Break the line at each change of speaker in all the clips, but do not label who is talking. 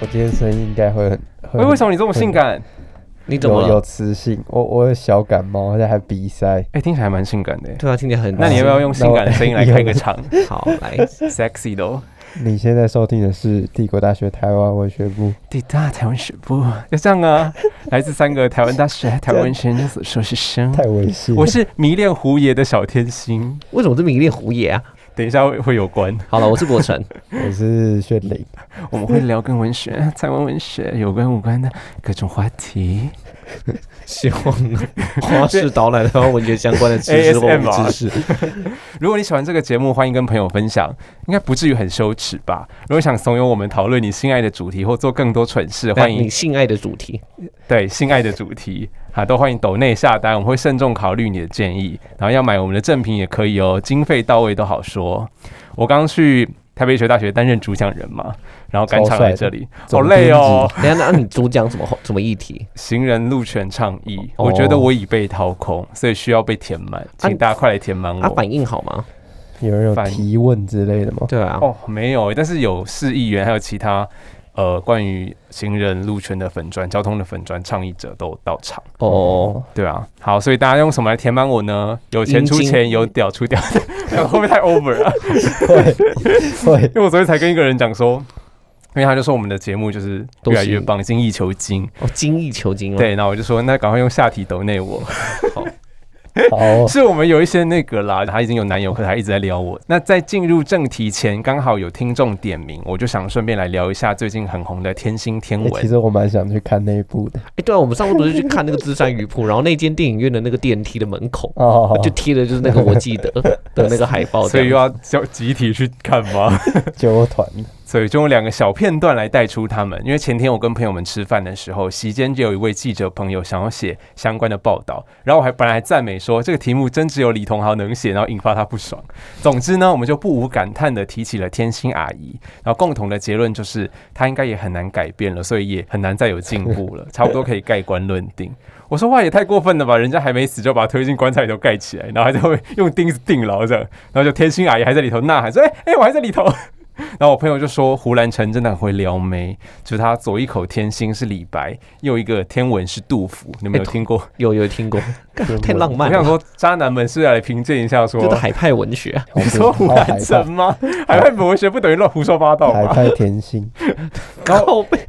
我今天声音应该会很。
喂，为什么你这么性感？
你怎
有
么了
有？磁性？我我有小感冒，而且还鼻塞。
哎，听起来蛮性感的耶。
对啊，听起来很。
那你要不要用性感的声音来开个场
好来？
？Sexy 的哦，
你现在收听的是帝国大学台湾文学部，
地大台湾史部要这样啊！来自三个台湾大学台湾学院所硕士生，
太危险。
我是迷恋胡爷的小天星。
为什么这么迷恋胡野啊？
等一下会会有关，
好了，我是博成。
我是炫灵，
我们会聊跟文学、台湾文学有关无关的各种话题。
希望 花式导览台湾文学相关的知识或
ASMR
无知识。
如果你喜欢这个节目，欢迎跟朋友分享，应该不至于很羞耻吧？如果想怂恿我们讨论你心爱的主题或做更多蠢事，欢
那你
迎
性爱的主题，
对性爱的主题啊，都欢迎抖内下单，我们会慎重考虑你的建议。然后要买我们的赠品也可以哦，经费到位都好说。我刚去台北医学大学担任主讲人嘛，然后赶场来这里，好
超帅的
累哦
总。
等一下，那那你主讲什么什么议题？
行人路权倡议，
哦
我觉得我已被掏空，所以需要被填
啊
满，请大家快来填满
啊，
我。
反应好吗？
有人有
反
提问之类的吗？
对啊，
哦，没有欸，但是有市议员还有其他呃关于行人路权的粉砖、交通的粉砖倡议者都有到场。
哦，
对啊，好，所以大家用什么来填满我呢？有钱出
阴茎
钱，有屌出屌， 会不会太 over 啊？
会 会
因为我昨天才跟一个人讲说，因为他就说我们的节目就是
都
越
是
来越棒，精益求精。
哦，精益求精哦。，
对，那我就说，那赶快用下体抖内我。
好哦，
是我们有一些那个啦，她已经有男友，可是她一直在撩我。那在进入正题前，刚好有听众点名，我就想顺便来聊一下最近很红的《天星天
欸
文
其》实我蛮想去看那一部的
哎，对啊，我们上次不是去看那个《芝山鱼铺》，然后那间电影院的那个电梯的门口。
啊
哦，
就贴的就是那个我 记得的那个海报哦这
所
样，
以又要叫集体去看吗？
纠团
所以就用两个小片段来带出他们。因为前天我跟朋友们吃饭的时候，席间就有一位记者朋友想要写相关的报道，然后我还本来还赞美说这个题目真只有李同豪能写，然后引发他不爽。总之呢，我们就不无感叹的提起了天心阿姨，然后共同的结论就是她应该也很难改变了，所以也很难再有进步了，差不多可以盖棺论定。我说哇，也太过分了吧！人家还没死就把他推进棺材里头盖起来，然后还在外面用钉子钉牢这样，然后就天心阿姨还在里头呐喊说：“哎、哎、我还在里头。”然后我朋友就说，胡兰成真的很会撩妹，就是他左一口天心是李白，右一个天文是杜甫，你们有
哎
听过？
有有听过，太浪漫
我想
了，
说，渣男们是要来评鉴一下说
这是海派文学啊，
好
你说胡
好
兰成 吗？海派博学不等于乱胡说八道
海
吗？
派甜心，
然后
靠背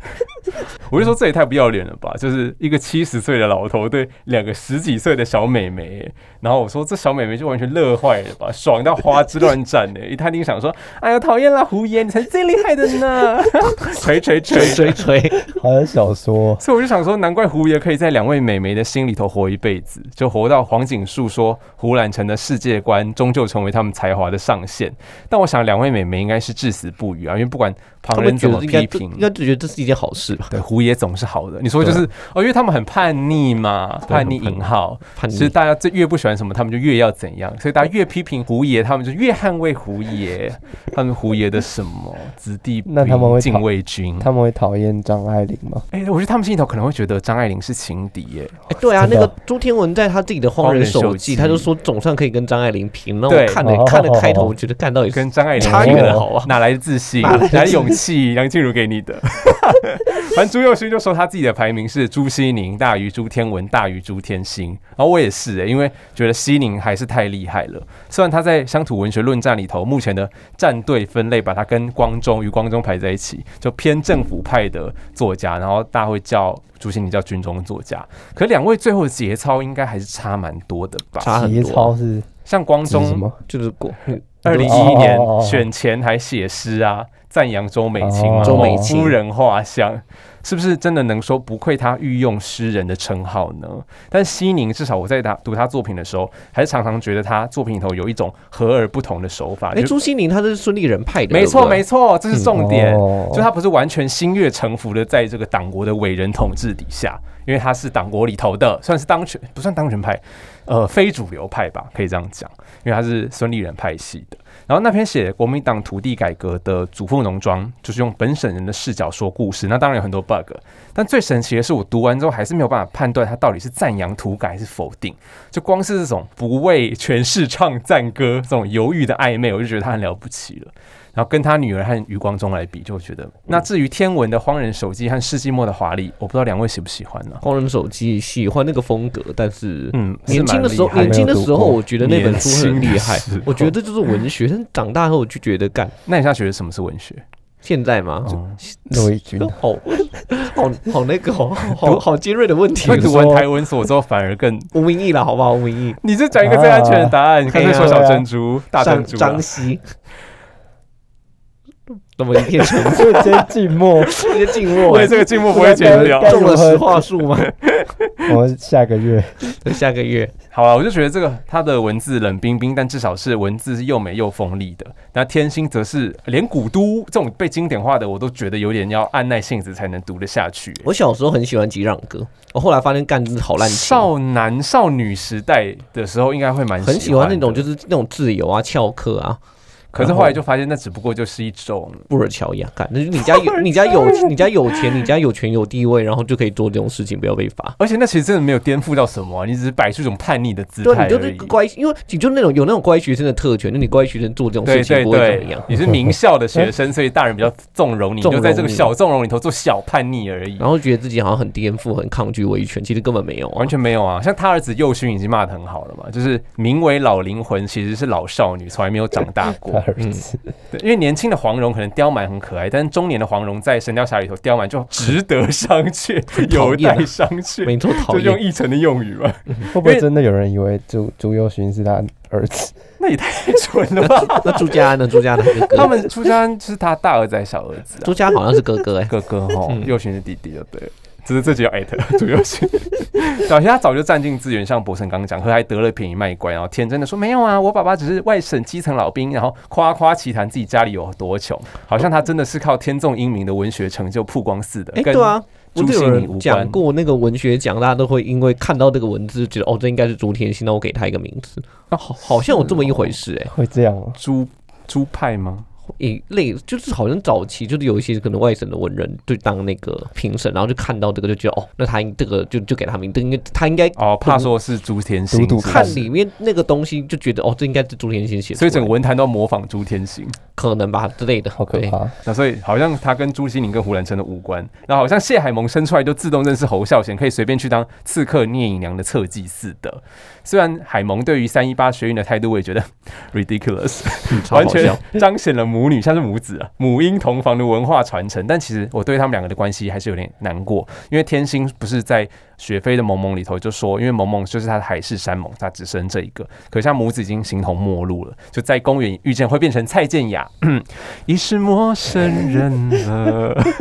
我就说这也太不要脸了吧！就是一个七十岁的老头对两个十几岁的小美眉，然后我说这小美眉就完全乐坏了吧，爽到花枝乱颤的、一探听想说，哎呀讨厌啦胡言，你才是最厉害的 呢， 锤锤锤
吹。吹吹，
好像小说
所以我就想说，难怪胡爷可以在两位美眉的心里头活一辈子，就活到黄景树说胡兰成的世界观终究成为他们才华的上限。但我想，两位美眉应该是至死不渝啊，因为不管
他
旁
们
人
觉
怎么
得应该
批评
应，该就觉得这是一件好事吧？
对胡爷总是好的。你说就是哦，因为他们很叛逆嘛，
对
叛逆
很叛逆
引号，
叛
其实
逆，
大家最越不喜欢什么，他们就越要怎样，所以大家越批评胡爷，他们就越捍卫胡 爷，他们胡爷的什么子弟兵
那他们会
禁
讨
卫军。
他们会讨厌张爱玲吗？
哎、我觉得他们心里头可能会觉得张爱玲是情敌耶、
哎，对啊，
真
那
的
个朱天文在他自己的《荒
荒
人
人手
手记》，
记
他就说总算可以跟张爱玲平，那
对
我看了
哦
看了开头，我觉得干 到底是
跟张爱玲
差
远
的
了
好吧
哪来的自信？
哪
哪
来的自信
来的勇气？梁静茹给你的。 反正朱佑勋就说他自己的排名是朱西宁大于朱天文大于朱天心，然后我也是、欸，因为觉得西宁还是太厉害了。虽然他在乡土文学论战里头，目前的战队分类把他跟光中、与光中排在一起，就偏政府派的作家，然后大家会叫朱西宁叫军中作家。可两位最后的节操应该还是差蛮啊多的吧？
差很
节
多，
操是
像光
指什
中
么？
就是过
二零一一
哦
年
哦哦
选前还写诗啊，赞扬周美青嘛，
哦
周美青
夫人画像，是不是真的能说不愧他御用诗人的称号呢？但西宁至少我在他读他作品的时候，还是常常觉得他作品里头有一种和而不同的手法。
哎，
就
朱心凌她是孙立人派的，
没错没
错，
错，这是重点。
哦
就他不是完全心悦诚服的在这个党国的伟人统治底下，因为他是党国里头的，算是当权不算当权派，呃，非主流派吧，可以这样讲，因为他是孙立人派系的。然后那篇写国民党土地改革的《祖父农庄》，就是用本省人的视角说故事，那当然有很多 bug，但最神奇的是，我读完之后还是没有办法判断他到底是赞扬土改还是否定。就光是这种不为权势唱赞歌这种犹豫的暧昧，我就觉得他很了不起了。然后跟他女儿和余光中来比，就会觉得。那至于天文的荒人手机和世纪末的华丽，我不知道两位喜不喜欢呢、
荒人手机喜欢那个风格，但是
嗯，是
年轻的时候，
蛮厉害
年轻的时
没有
候，
读过
我觉得那本书很厉害
年轻的时候，
我觉得这就是文学。但长大后，我就觉得干
那你现在觉得什么是文学？
现在嘛，
哦
骆以 军
就好好好那个哦，好好尖锐的问题。
会 读完
说
台文所之后，反而更……啊
吴明义了，好不好？吴明义，
你是讲一个最安全的答案，你看
哎
脆
呀
说小珍珠、大珍
张
珠啊、
张 希，那么一片沉默，
瞬间寂寞。
直接静默
我。也这个进步不会减掉。
该
中了
如何
石化术吗？
我们下个月
等下个月
好了，我就觉得这个它的文字冷冰冰，但至少是文字是又美又锋利的。那天心则是连古都这种被经典化的，我都觉得有点要按耐性子才能读得下去。
我小时候很喜欢吉壤歌，我后来发现干真的好烂情。
少男少女时代的时候，应该会蛮
很
喜
喜
欢
欢那
的
种就是那种自由啊、翘课啊、
可是后来就发现那只不过就是一种
布尔乔亚，干那就是你家 有你家有你家有钱，你家有权有地位，然后就可以做这种事情，不要被罚。
而且那其实真的没有颠覆到什么啊、你只是摆出一种叛逆的姿
对，
态
你就
而
是
已。
乖，因为你就那种有那种乖学生的特权，那你乖学生做这种
对
事情
对
不会怎么
对
样。，
你是名校的学 生，所以大人比较纵容你，你
纵
就
容
在这个
你
小纵容里头做小叛逆而已
然，后觉得自己好像很颠覆、很抗拒维权，其实根本没有、啊，
完全没有啊。像他儿子佑勋已经骂得很好了嘛，就是名为老灵魂，其实是老少女，从来没有长大
他
过。嗯
儿子，
对，因为年轻的黄蓉可能刁蛮很可爱，但是中年的黄蓉在《神雕侠侣》里头刁蛮就值得商 榷，
讨
有
厌啊
待商 榷。
没错，讨
就用奕
厌。
晨的用语 嘛，
会不会真的有人以为朱朱友勋是他儿子？
那也太蠢了吧！
那朱家安呢？朱家安的哥
他
哥，
们出家是他大儿子还是小儿子啊？
朱家安好像是哥 哥哎、
哥哥哈，
嗯
右旋是弟弟就对了。只是这集要艾特 朱右旋，早先他早就占尽资源，像博成刚刚讲，可还得了便宜卖乖，然后天真的说没有啊，我爸爸只是外省基层老兵，然后夸夸其谈自己家里有多穷，好像他真的是靠天纵英明的文学成就曝光似的。
哎、
跟
对啊，我
朱
就有
心怡无
人讲
关。
过那个文学奖，大家都会因为看到这个文字，觉得哦，这应该是朱天心，那我给他一个名字，啊、好好像有这么一回事哎、
会这样吗？
朱朱派吗？
一类就是好像早期就是有一些可能外省的文人就当那个评审，然后就看到这个就觉得哦，那他应这个就就给他名，这应该他应该
哦，怕说是朱天心
读读
看
看里面那个东西就觉得哦，这应该是朱天心写出来的，
所以整个文坛都模仿朱天心。
可能吧之类的，
好可
对。
怕！
那所以好像他跟朱西宁跟胡兰成的无关，然后好像谢海萌生出来就自动认识侯孝贤，可以随便去当刺客聂隐娘的侧记似的。虽然海萌对于三一八学运的态度，我也觉得 ridiculous，
超
完
好
全
笑。
彰显了母女像是母子啊，母婴同房的文化传承。但其实我对他们两个的关系还是有点难过，因为天心不是在雪飞的萌萌里头就说，因为萌萌就是他的海誓山盟，他只生这一个。可是他母子已经形同陌路了，就在公园遇见会变成蔡健雅， 已是陌生人了。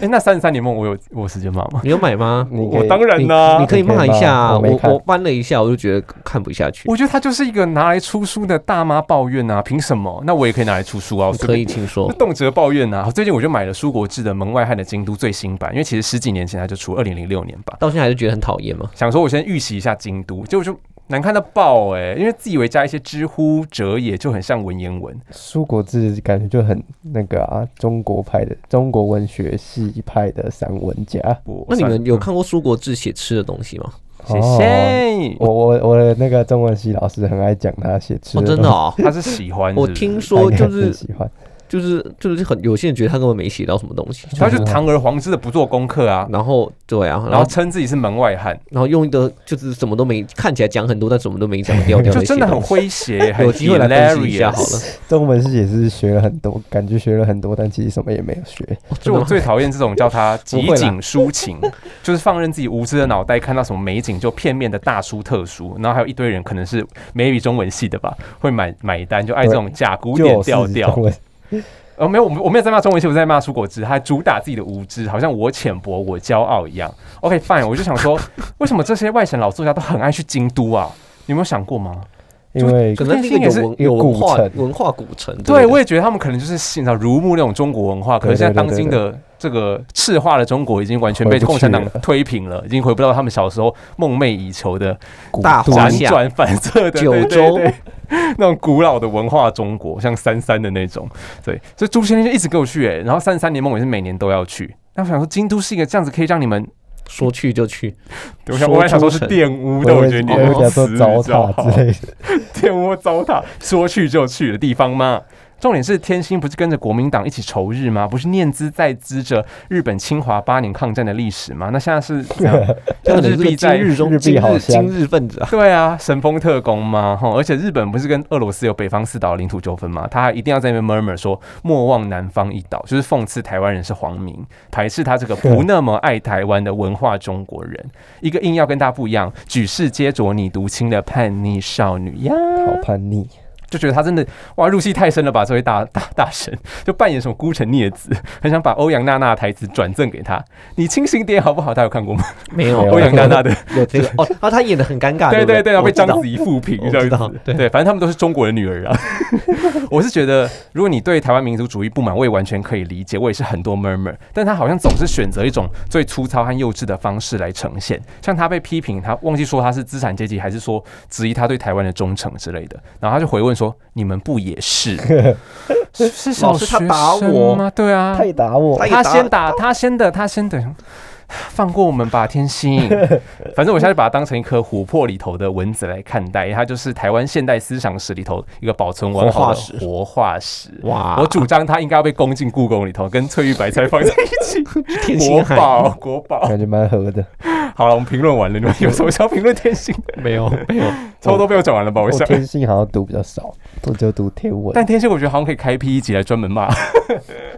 哎、那三十三年梦我有我有时间骂吗？
你有买吗？
你
我
可以
当然啦、
你可以骂一下啊，
我没
我
看
我翻了一下，我就觉得看不下去。
我觉得他就是一个拿来出书的大妈抱怨啊，凭什么？那我也可以拿来出书啊，我
你
随
可
便
以请说
那，动辄抱怨啊！最近我就买了舒国志的《门外汉的京都》最新版，因为其实十几年前它就出，二零零六年吧。
到现在还是觉得很讨厌吗？
想说我先预习一下京都，结果就难看到爆哎、因为自以为加一些知乎、哲也就很像文言文，
苏国志感觉就很那个啊，中国派的中国文学系派的散文家。
我
那你
算
们有
嗯
看过苏国志写吃的东西吗？
谢谢。
哦我我我的那个中文系老师很爱讲他写吃
哦，
东
真
西
的 哦，
他是喜欢
我
是不是
听
他
说
应该
就
很
是
喜欢，
就是就是很有些人觉得他根本没写到什么东西，
他就堂而皇之的不做功课啊，
然后对啊，
然
然
后
后
称自己是门外汉，
然后用一个就是什么都没看起来讲很多，但什么都没讲的调调
就
来写
真的很
东
诙
西。
谐，很
有机会来分析一下好
hilarious
了。
中文系也是学了很多，感觉学了很多，但其实什么也没有学。
哦
就
真的
我
吗
最讨厌这种叫他
不
极
会啦
景抒情， 就是放任自己无知的脑袋看到什么美景就片面的大书特书，然后还有一堆人可能是 maybe 中文系的吧，会买买单，就爱这种假古典
就
调
是
调
中。文，
呃，没有，我没我没有在骂中文系，我在骂苏果汁，他还主打自己的无知，好像我浅薄，我骄傲一样。OK fine，我就想 说，为什么这些外省老作家都很爱去京都啊？你有没有想过吗？
因为
可能是一个
也是
有文有文化
古城
文化古城之类的。
对，我也觉得他们可能就是欣赏如沐那种中国文化，可是
对
现在
对对
当今的这个赤化的中国已经完全
回
被
不去
共产党
了
推平了，已经回不到他们小时候梦寐以求的
古
大
都
华
辗
夏
转反侧的
九
对对
州
对 那种古老的文化中国，像三三的那种。对，所以朱先生就一直跟我去、欸，然后三三联盟也是每年都要去。那我想说，京都是一个这样子可以让你们，
说去就去，
我想
说
我本来想说
出
是
神
玷污
我
的，我
会
觉得你
我会叫
的
做
词啊
糟
你知道吗
蹋之类的。
玷污糟蹋，说去就去的地方吗？重点是天心不是跟着国民党一起仇日吗？不是念兹在兹着日本侵华八年抗战的历史吗？那现在是怎 样
这可能
日
是个
币
今
在
日中
日币
今
好
日
香
今日分子啊。
对啊，神风特工嘛，吼！而且日本不是跟俄罗斯有北方四岛领土纠纷嘛，他还一定要在那边 murmur 说莫忘南方一岛，就是讽刺台湾人是皇民，排斥他这个不那么爱台湾的文化中国人，一个硬要跟大家不一样，举世皆浊你独清的叛逆少女呀，
好叛 逆，
就觉得他真的哇入戏太深了吧，这位大 大大神就扮演什么孤臣孽子，很想把欧阳娜娜的台词转赠给他，你清醒点好不好？大家有看过吗？
没有
没有
欧阳娜娜的
有这个哦，然后他演的很尴尬，
对
对
对
不
对，然后被
我知道
章子怡复评
我
这
知
样
道
子，
对
对，反正他们都是中国的女儿 啊。 我是觉得，如果你对台湾民族主义不满，我也完全可以理解，我也是很多 murmur，但他好像总是选择一种最粗糙和幼稚的方式来呈现。像他被批评，他忘记说他是资产阶级，还是说质疑他对台湾的忠诚之类的，
嗯
然后他就回问说：“你们不也是？” 是是小
老师
学
他打
生
我
吗？对啊，
他也打我
他，也
他
打
先打，他先的，他先的。放过我们吧，天 心。反正我现在把它当成一颗琥珀里头的蚊子来看待，它就是台湾现代思想史里头一个保存完好的
活化石
活化石。
哇，
我主张它应该要被供进故宫里头，跟翠玉白菜放在一起，
天
国
心 海
宝国宝。
感觉蛮合的。
好了，我们评论完了，你们有什么想评论天 心的？
没有没有，
差不多被我讲完了吧？我
我哦
想。
天性好像读比较少，我就读天文。
啊但天心，我觉得好像可以开辟一集来专门 骂。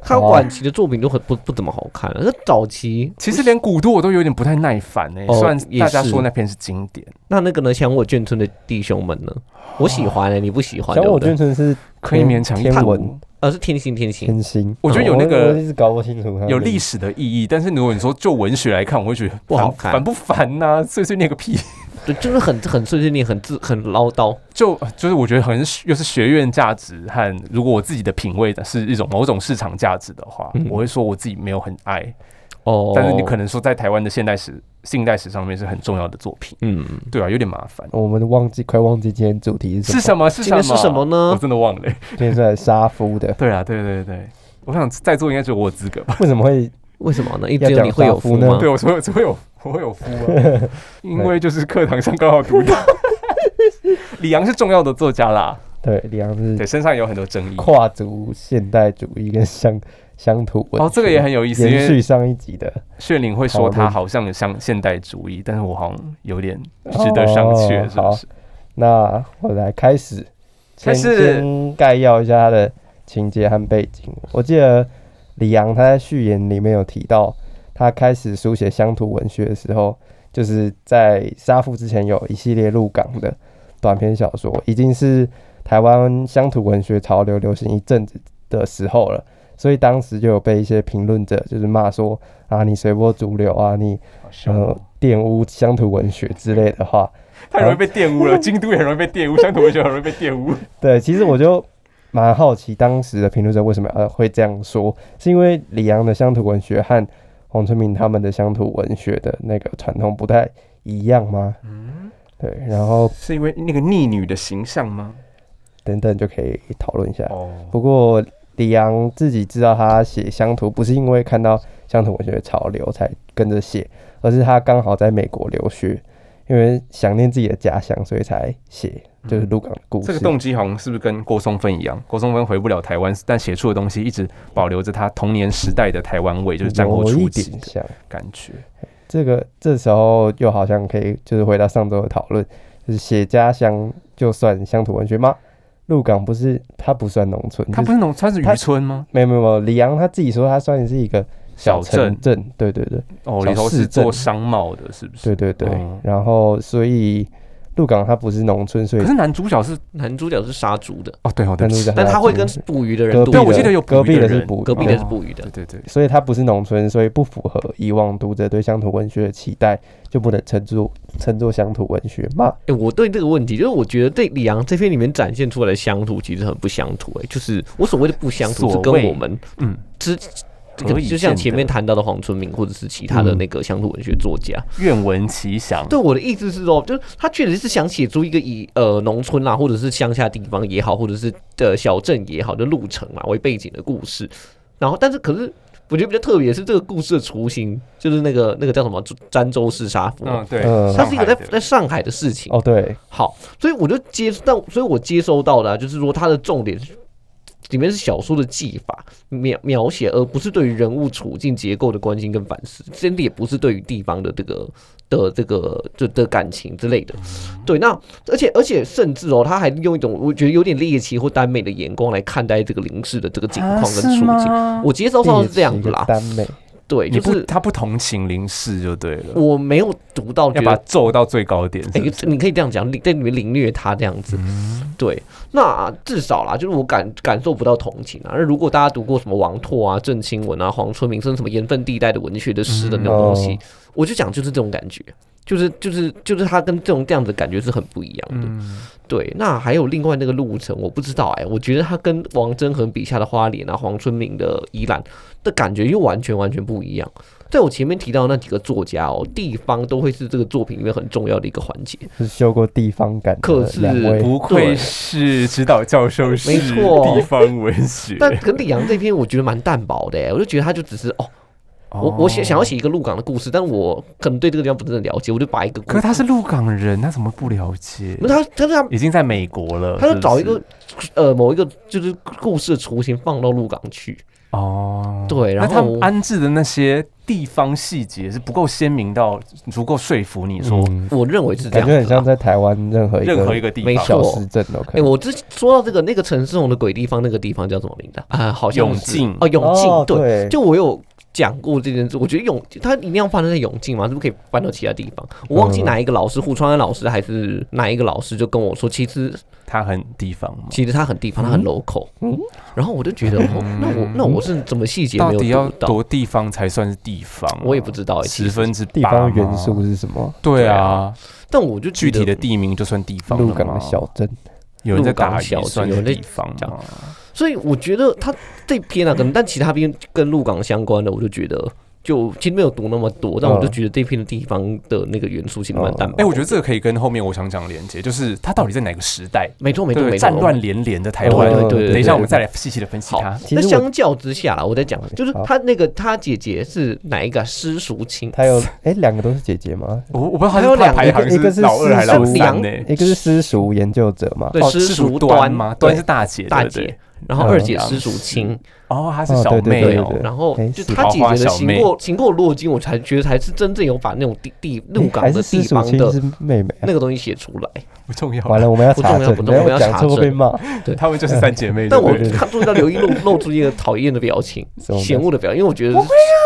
他晚期的作品都很不不怎么好看了。那早期
其实连古都我都有点不太耐烦呢、欸
哦
虽然大家
也是
说那篇是经典，
那那个呢，像我眷村的弟兄们呢，我喜欢欸你不喜欢
小
对不
我
对
眷？村是
可以勉强一
天
读
文
呃，是天心天心，
天星，
我觉得有那
我
个
我一直搞不清
哦
楚它的
有历史的意义，但是如果你说就文学来看，我会觉得
不好
烦
看
烦不烦呐、碎碎念个 屁，
对，就是很很碎碎念，很自很唠叨。
就就是我觉得很又是学院价值和如果我自己的品味的是一种某种市场价值的话，
嗯
我会说我自己没有很爱，
哦，
但是你可能说在台湾的现代史近代史上面是很重要的作品，
嗯，
对啊，有点麻烦。
我们忘记，快忘记今天主题是
是
什么？
什么？是啊
今天是什么
我
呢？
真的忘了、
今天是来杀夫 的，
对啊，对对对，我想在座应该只有我有资格吧。
为什么会
为什么呢？因
要
为只有
讲
你会有
法夫
福
呢
吗？
对我所有只会有我会有夫 啊，因为就是课堂上刚好读到。李阳是重要的作家啦，
对李昂是
对，身上有很多争议。
跨足现代主义跟乡乡土文
哦，这个也很有意
意
思，因
延
为
续上一集的，
炫灵会说他好像有像现代主义，但是我好像有点值得商榷，
哦
是不是？
那我来开始，先
开始
先概要一下它的情节和背景。我记得李昂他在序言里面有提到，他开始书写乡土文学的时候，就是在杀父之前有一系列入港的短篇小说，已经是台湾乡土文学潮流流行一阵子的时候了。所以当时就有被一些评论者就是骂说啊，你随波逐流啊，你
好凶
呃
哦
玷污乡土文学之类的话，
太容易被 玷污了，京都也很容易被玷污，乡土文学很容易被玷污。
对，其实我就蛮好奇当时的评论者为什么呃会这样说，是因为李阳的乡土文学和黄春明他们的乡土文学的那个传统不太一样吗？
嗯
对，然后
是因为那个逆女的形象吗？
等等就可以讨论一下。
哦，
不过李阳自己知道他写乡土不是因为看到乡土文学的潮流才跟着写，而是他刚好在美国留学，因为想念自己的家乡，所以才写就是鹿港的故事。
嗯这个动机好像是不是跟郭松芬一样？郭松芬回不了台湾，但写出的东西一直保留着他童年时代的台湾味，就是战后
有
初
一
期
点
的
像。
感觉。
这个这时候又好像可以就是回到上周的讨论，就是写家乡就算乡土文学吗？鹿港不是它不算农村，
他
就
不
是
是农，他是渔
他
村吗？
没有没有没有，李阳他自己说他算是一个
小镇
城镇，对对对
哦，
小
里头
市
是做
镇
商贸的，是不是？
对对对。
哦
然后所以鹿港它不是农村，所以
可是男主角是
男主角是杀猪的，
哦，对哦，对
但
不
鹿
起
港
但他会
它
跟
是
捕鱼的人
隔
赌
壁
对
的，
的，
我记得有捕
隔壁
鱼的
的是
人
捕
隔壁的是
哦
捕鱼的
对，对对，
所以它不是农村，所以不符合以往读者对乡土文学的期待，就不能称作称作乡土文学嘛？
哎、我对这个问题，就是我觉得对李阳这篇里面展现出来的乡土其实很不乡土、哎，就是我所谓的不乡土是
所
跟
谓
我们
嗯，
之这
何
个
以
就像
见
前
得
面谈到的黄春明或者是其他的
嗯
那个乡土文学作家，
愿闻其详。
对我的意思是说，就是他确实是想写出一个以呃农村啦、或者是乡下地方也好，或者是呃小镇也好的路程嘛为背景的故事，然后但是可是。我觉得比较特别是这个故事的雏形，就是那个那个叫什么詹州市杀夫，
嗯，对，
嗯
它是一个在
上海的
在上海的事情。
哦，对，
好，所以我就接，但所以我接收到的啊、就是说它的重点是里面是小说的技法描描写，而不是对于人物处境结构的关心跟反思，真的也不是对于地方的这个的这个就的感情之类的。对，那而且而且甚至哦，他还用一种我觉得有点猎奇或耽美的眼光来看待这个林氏的这个境况跟处境。
境
我接收到是这样子啦，
耽美，
对，
你
就
不
是
他不同情林氏就对了，
我没有读到觉
要
得
把他揍到最高点。是
哎、
不是
你可以这样讲，在里面凌虐他这样子，
嗯
对，那至少啦，就是我感感受不到同情啊。那如果大家读过什么王拓啊、郑清文啊、黄春明，甚至什么盐分地带的文学的诗的那种东西，
哦
我就讲就是这种感觉，就是就是就是他跟这种这样子的感觉是很不一样的。
嗯，
对，那还有另外那个路程，我不知道哎、我觉得他跟王真恒笔下的花莲啊、黄春明的宜兰的感觉又完全完全不一样。在我前面提到的那几个作家哦，地方都会是这个作品里面很重要的一个环节。
是修过地方感
可
的
是
两位，
不愧
对
是指导教授，是
没错
地方文学。
但可李阳这篇我觉得蛮淡薄的、欸，我就觉得他就只是哦，我我写
哦
想要写一个鹿港的故事，但我可能对这个地方不是很了解，我就把一个故
可是他是鹿港人，他怎么不了解
不？是他他他
已经在美国了，
他
是
就
不
找一
是
个呃某一个就是故事的雏形放到鹿港去，
哦，
对然
那他们
后
安置的那些地方细节是不够鲜明到足够说服你说
嗯
我认为是这
感
样
觉很
子
像
啊。
在台湾任何一
任何一
个
个地
没
方
错
小市镇都可
哎、
以。
我之前说到这个那个陈思宏的鬼地方，那个地方叫什么名字啊？啊好像
永
是
靖
哦，永靖、
哦
对，
对，
就我有讲过这件事，我觉得永他一定要搬在永靖嘛，是不是可以搬到其他地方？我忘记
嗯
哪一个老师，胡川安老师还是哪一个老师就跟我说，其实
他很地方嘛，
其实他很地方，他很 local，、
嗯
然后我就觉得，哦
嗯
那我那我是怎么细节
到
没有
底
读
要
到？
多地方才算是地方啊？
我也不知道、欸，
十
其实，
分之
地
八
方
吗
元素是什么？
对
对
啊
啊，但我就觉
具
得
体的，地名就算地方了
鹿
吗
港的小镇，
有人在打
鹿港
鱼
小镇
算
有
是
人在
地方
讲
吗？
所以我觉得他这篇啊，可能但其他篇跟鹿港相关的，我就觉得。就其实没有读那么多，但我就
嗯
觉得这篇的地方的那个元素其实蛮淡薄。
哎，我觉得这个可以跟后面我想讲连接，就是它到底在哪个时代？
没错没错
对，
没错，
战乱连连的台
对
湾。
对对对对
等一下，我们
对
再来细细的分析
好
它。
其
那
实我
相较之下啦，我在讲，就是
嗯
好
他那个他姐姐是哪一个啊施淑清？
它有哎两个都是姐姐吗？
我我不知道他
还有
是怕
两个
排行
一个
是
是
老二还是
私
老
塾
三呢？
一个是私塾研究者嘛，
对
哦
施
是
淑
属
端
吗？
对
端是大姐，
大
对不对
姐，然后
嗯
二姐施淑清，
哦，她是
哦
小
对对
妹
对
哦
对，
然后
哎
就是是他姐
桃花
姐的
小妹
行过行过落金，我才觉得才是真正有把那种地地鹿
诶
港
哎还
的
是
地
私塾
方
亲
的
是妹妹啊。
那个东西写出来。
不重
完
要。
了，我们要
不
查
重要
证
不，重
没
要我
有
们要
讲
查
错会被
证
骂。
她们就是三姐妹。
但
对
我
不对
看注意到刘一露露出一个讨厌的表情，
什么
嫌
表
恶的表情，因为我觉得不会啊，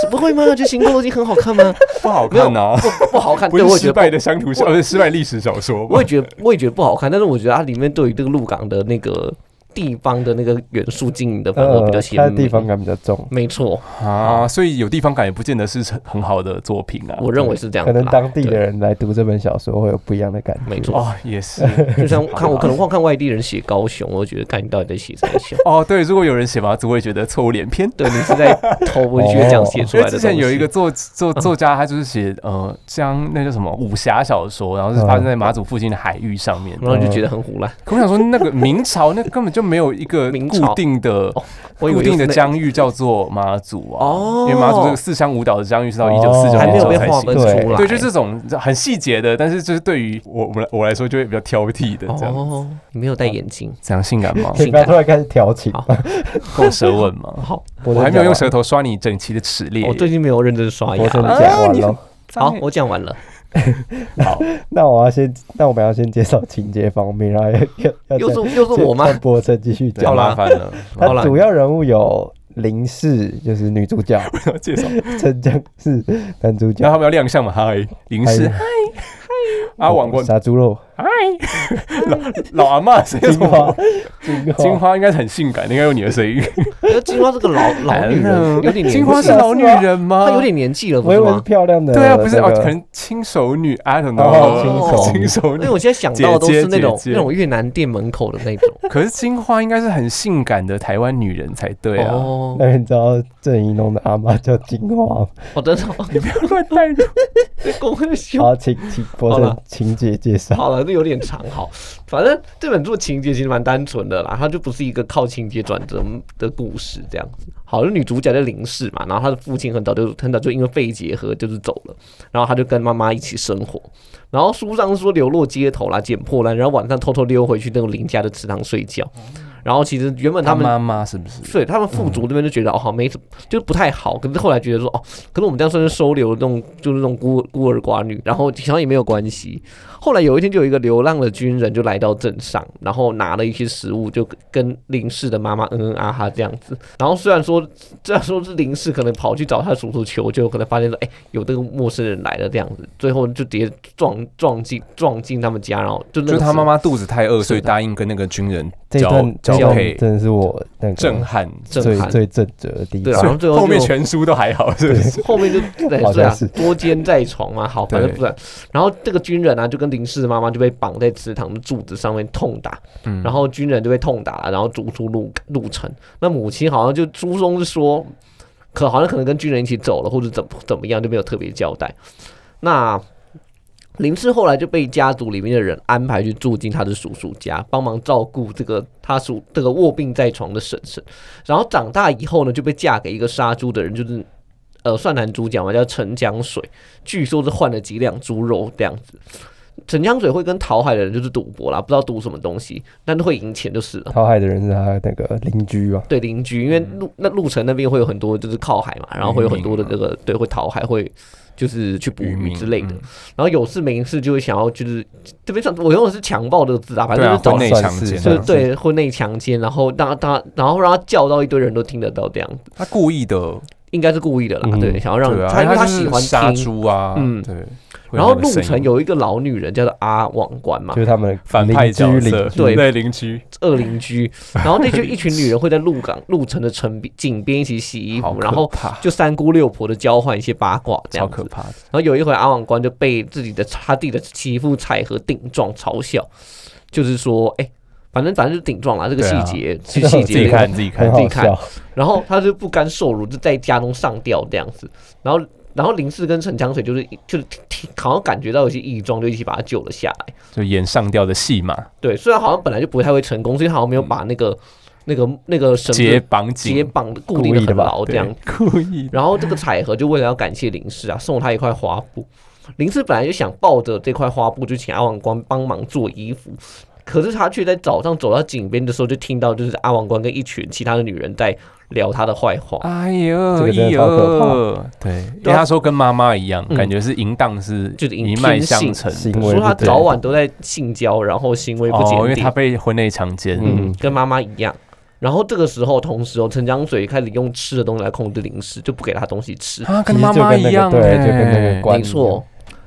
是不会吗？就行过落金很好看吗？
不好看啊，
不不好看，
不
对，
是
我也
失
觉得
败的乡土小，呃，不是失败历史小说
我
吗
也？觉得，我也觉得不好看，但是我觉得它里面对于这个鹿港的那个地方的那个元素经营的反而
呃
比较，
它
鲜
的
明。
地方感比较重，
没错，
啊，所以有地方感也不见得是很好的作品啊。
我认为是这样
可
子啦。
能当地的
对
人来读这本小说会有不一样的感觉。
没错
哦，也是，
就像看我可能
好吧。
光看外地人写高雄，我就觉得看你到底在写什么小
哦，对，如果有人写马子，我也觉得错误连篇。
对，你是在投文学奖写出
因
来
为哦哎
的。嗯
之前有一个， 作作作家，他就是写呃，将那叫什么武侠小说，然后
嗯
是发生在马祖附近的海域上面的。
然后就觉得很胡乱。
可我想说，那个明朝那根本就没有一个
明朝
固定的
哦我以
固
为就
定
是
的
那
疆域叫做马祖啊，
哦
因为马祖这个四乡五岛的疆域是到一九四九
哦
还没
年之
有
后
被
才
划分
行。
出
对
来。
对，就这种很细节的，但是就是对于我我们我来说就会比较挑剔的这样。
哦，你没有戴眼镜。
怎样性感 吗？
可以不要突然开始调情。
好
够舌吻 吗？
好，
我
我还没有用舌头刷你整齐的齿列。
哦我最近没有认真刷
头
牙。
讲
啊
完
你
了。
哦好，我讲 完了。
好，
那我要先，那我们要先介绍情节方面，然后要要
又
要
是又是 我吗？
看波正继续
对
讲。
麻烦 了。
好
它
啦
主要人物有林氏，就是女主 角，
要介绍，
陈江是男主
然
角，
后他们要亮相嘛？嗨，林
还有
氏，嗨，嗨，啊阿王过
傻哦猪 肉，
老阿妈声音
金
怎
花
么？，
金花，
金花应该很性感，应该有你的声音。
可是金花是个老老女人，有点年纪
哎金花是
啊
老女人吗？
她有点年纪了，不
我以
是
为是
吗？
漂亮的那
对
个，
啊，不是哦，可能轻熟女，I don't
哦
know，
轻
轻熟
因
女
为。我现在想到的都是那种
姐姐姐姐
那种越南店门口的那种。
可是金花应该是很性感的台湾女人才对啊！
哦，
那你知道郑怡农的阿妈叫金花吗？
我真的吗，
你不要乱带入。
公会凶。
好，请请波
好
正
了
情节介绍。
好了，这有点长。好，反正这本书的情节其实蛮单纯的啦，它就不是一个靠情节转折的故事这样子。好，就女主角叫林氏嘛，然后她的父亲很早就很早就因为肺结核就是走了，然后她就跟妈妈一起生活。然后书上说流落街头啦，捡破烂，然后晚上偷偷溜回去那种林家的池塘睡觉。然后其实原本
他
他们
妈妈是不是？
对他们富足那边就觉得、哦，好没什么，就是不太好。可是后来觉得说，哦，可是我们这样算是收留那种，就是那种孤孤儿寡女，然后好像也没有关系。后来有一天，就有一个流浪的军人就来到镇上，然后拿了一些食物，就跟林氏的妈妈嗯嗯啊哈这样子。然后虽然说，虽然说是林氏可能跑去找他叔叔求救，可能发现说，哎，有这个陌生人来了这样子，最后就直接撞撞进撞进他们家，然后就那
就是
个
他
时
妈
候
妈肚子太饿，
是
所以答应跟那个军人
这一
交
段
交
这一段
配，
真的是我那个
震撼。
最
震撼，
最震折的地
对
方
啊。然后最后
面
就
全书都还好，是不是？
后面就对
好像
对啊
是，
多奸在床嘛，好，反正
对
不然。然后这个军人啊，就跟林氏的妈妈就被绑在祠堂的柱子上面痛打，
嗯
然后军人就被痛打了，然后逐出路路程。那母亲好像就书中是说，可好像可能跟军人一起走了，或者怎么怎么样，就没有特别交代。那林氏后来就被家族里面的人安排去住进他的叔叔家，帮忙照顾这个他叔这个卧病在床的婶婶。然后长大以后呢，就被嫁给一个杀猪的人，就是呃算男主角嘛，叫陈江水，据说是换了几两猪肉这样子。陈江水会跟讨海的人就是赌博啦，不知道赌什么东西，但是会赢钱就是了。
淘海的人是他那个邻居吧？
对邻居，因为
嗯
路那路程那边会有很多就是靠海嘛，然后会有很多的这个对会讨海，会就是去捕
嗯渔
鱼
民
之类的。
嗯
然后有事没事就会想要就是这边上我用的是强暴这个字啊，反
对
正
啊，
就是找
婚内
算
强
是
奸
这样
就是
啊，
子
对婚内强奸，然后让他然后让他叫到一堆人都听得到这样子，
他故意的，哦
应该是故意的啦，
嗯
对，想要让
对啊，
他因为
他
他
就是
喜欢
杀
听。
猪啊，
嗯
对。会
然后
有那个
路
声音
程有一个老女人叫做阿网官嘛
就，是他们
反
邻
派
居
角
邻
色，
居
对
对邻居，
二邻居，然后那就一群女人会在鹿 港路程的城边井边一起洗衣
好
服，
可
然后
怕，
就三姑六婆的交换一些八卦这
超
样
可
子。
怕的，
然后有一回阿网官就被自己的他弟的媳妇彩和顶撞嘲笑，就是说，哎、反正反正就是顶撞啦，这个
对
细
啊
节 是细
自己
节
对
的。
看自己
很
看，
好
自己看
笑。
然后他就不甘受辱，就在家中上吊这样子。然后然后林氏跟陈江水就是就是好像感觉到有些异状，就一起把他救了下来。
就演上吊的戏嘛，
对，虽然好像本来就不太会成功，所以好像没有把那个、那个那个绳
解
子
绑
解
嗯紧，
绑的固定的
故意的
很
吧
牢这样。
对 故意 的，
然后这个彩荷就为了要感谢林氏啊，送他一块花布。林氏本来就想抱着这块花布就请阿王官帮忙做衣服，可是他却在早上走到井边的时候，就听到就是阿王官跟一群其他的女人在聊他的坏话。
哎呦，
这个真的超可
怕，对，因
对
为
啊
他说跟妈妈一样，
嗯
感觉是淫荡是
就是淫
一脉
偏
相
性
承的，
行为
说他
不对
早晚都在性交，然后行为不检
哦，
点，
因为他被婚内强奸，
嗯
嗯，跟妈妈一样。然后这个时候，同时哦，陈江水开始用吃的东西来控制林氏，就不给他东西吃。
啊，跟
其实
妈
就
妈
跟
一
那个
样欸，
对就跟那个关
没错。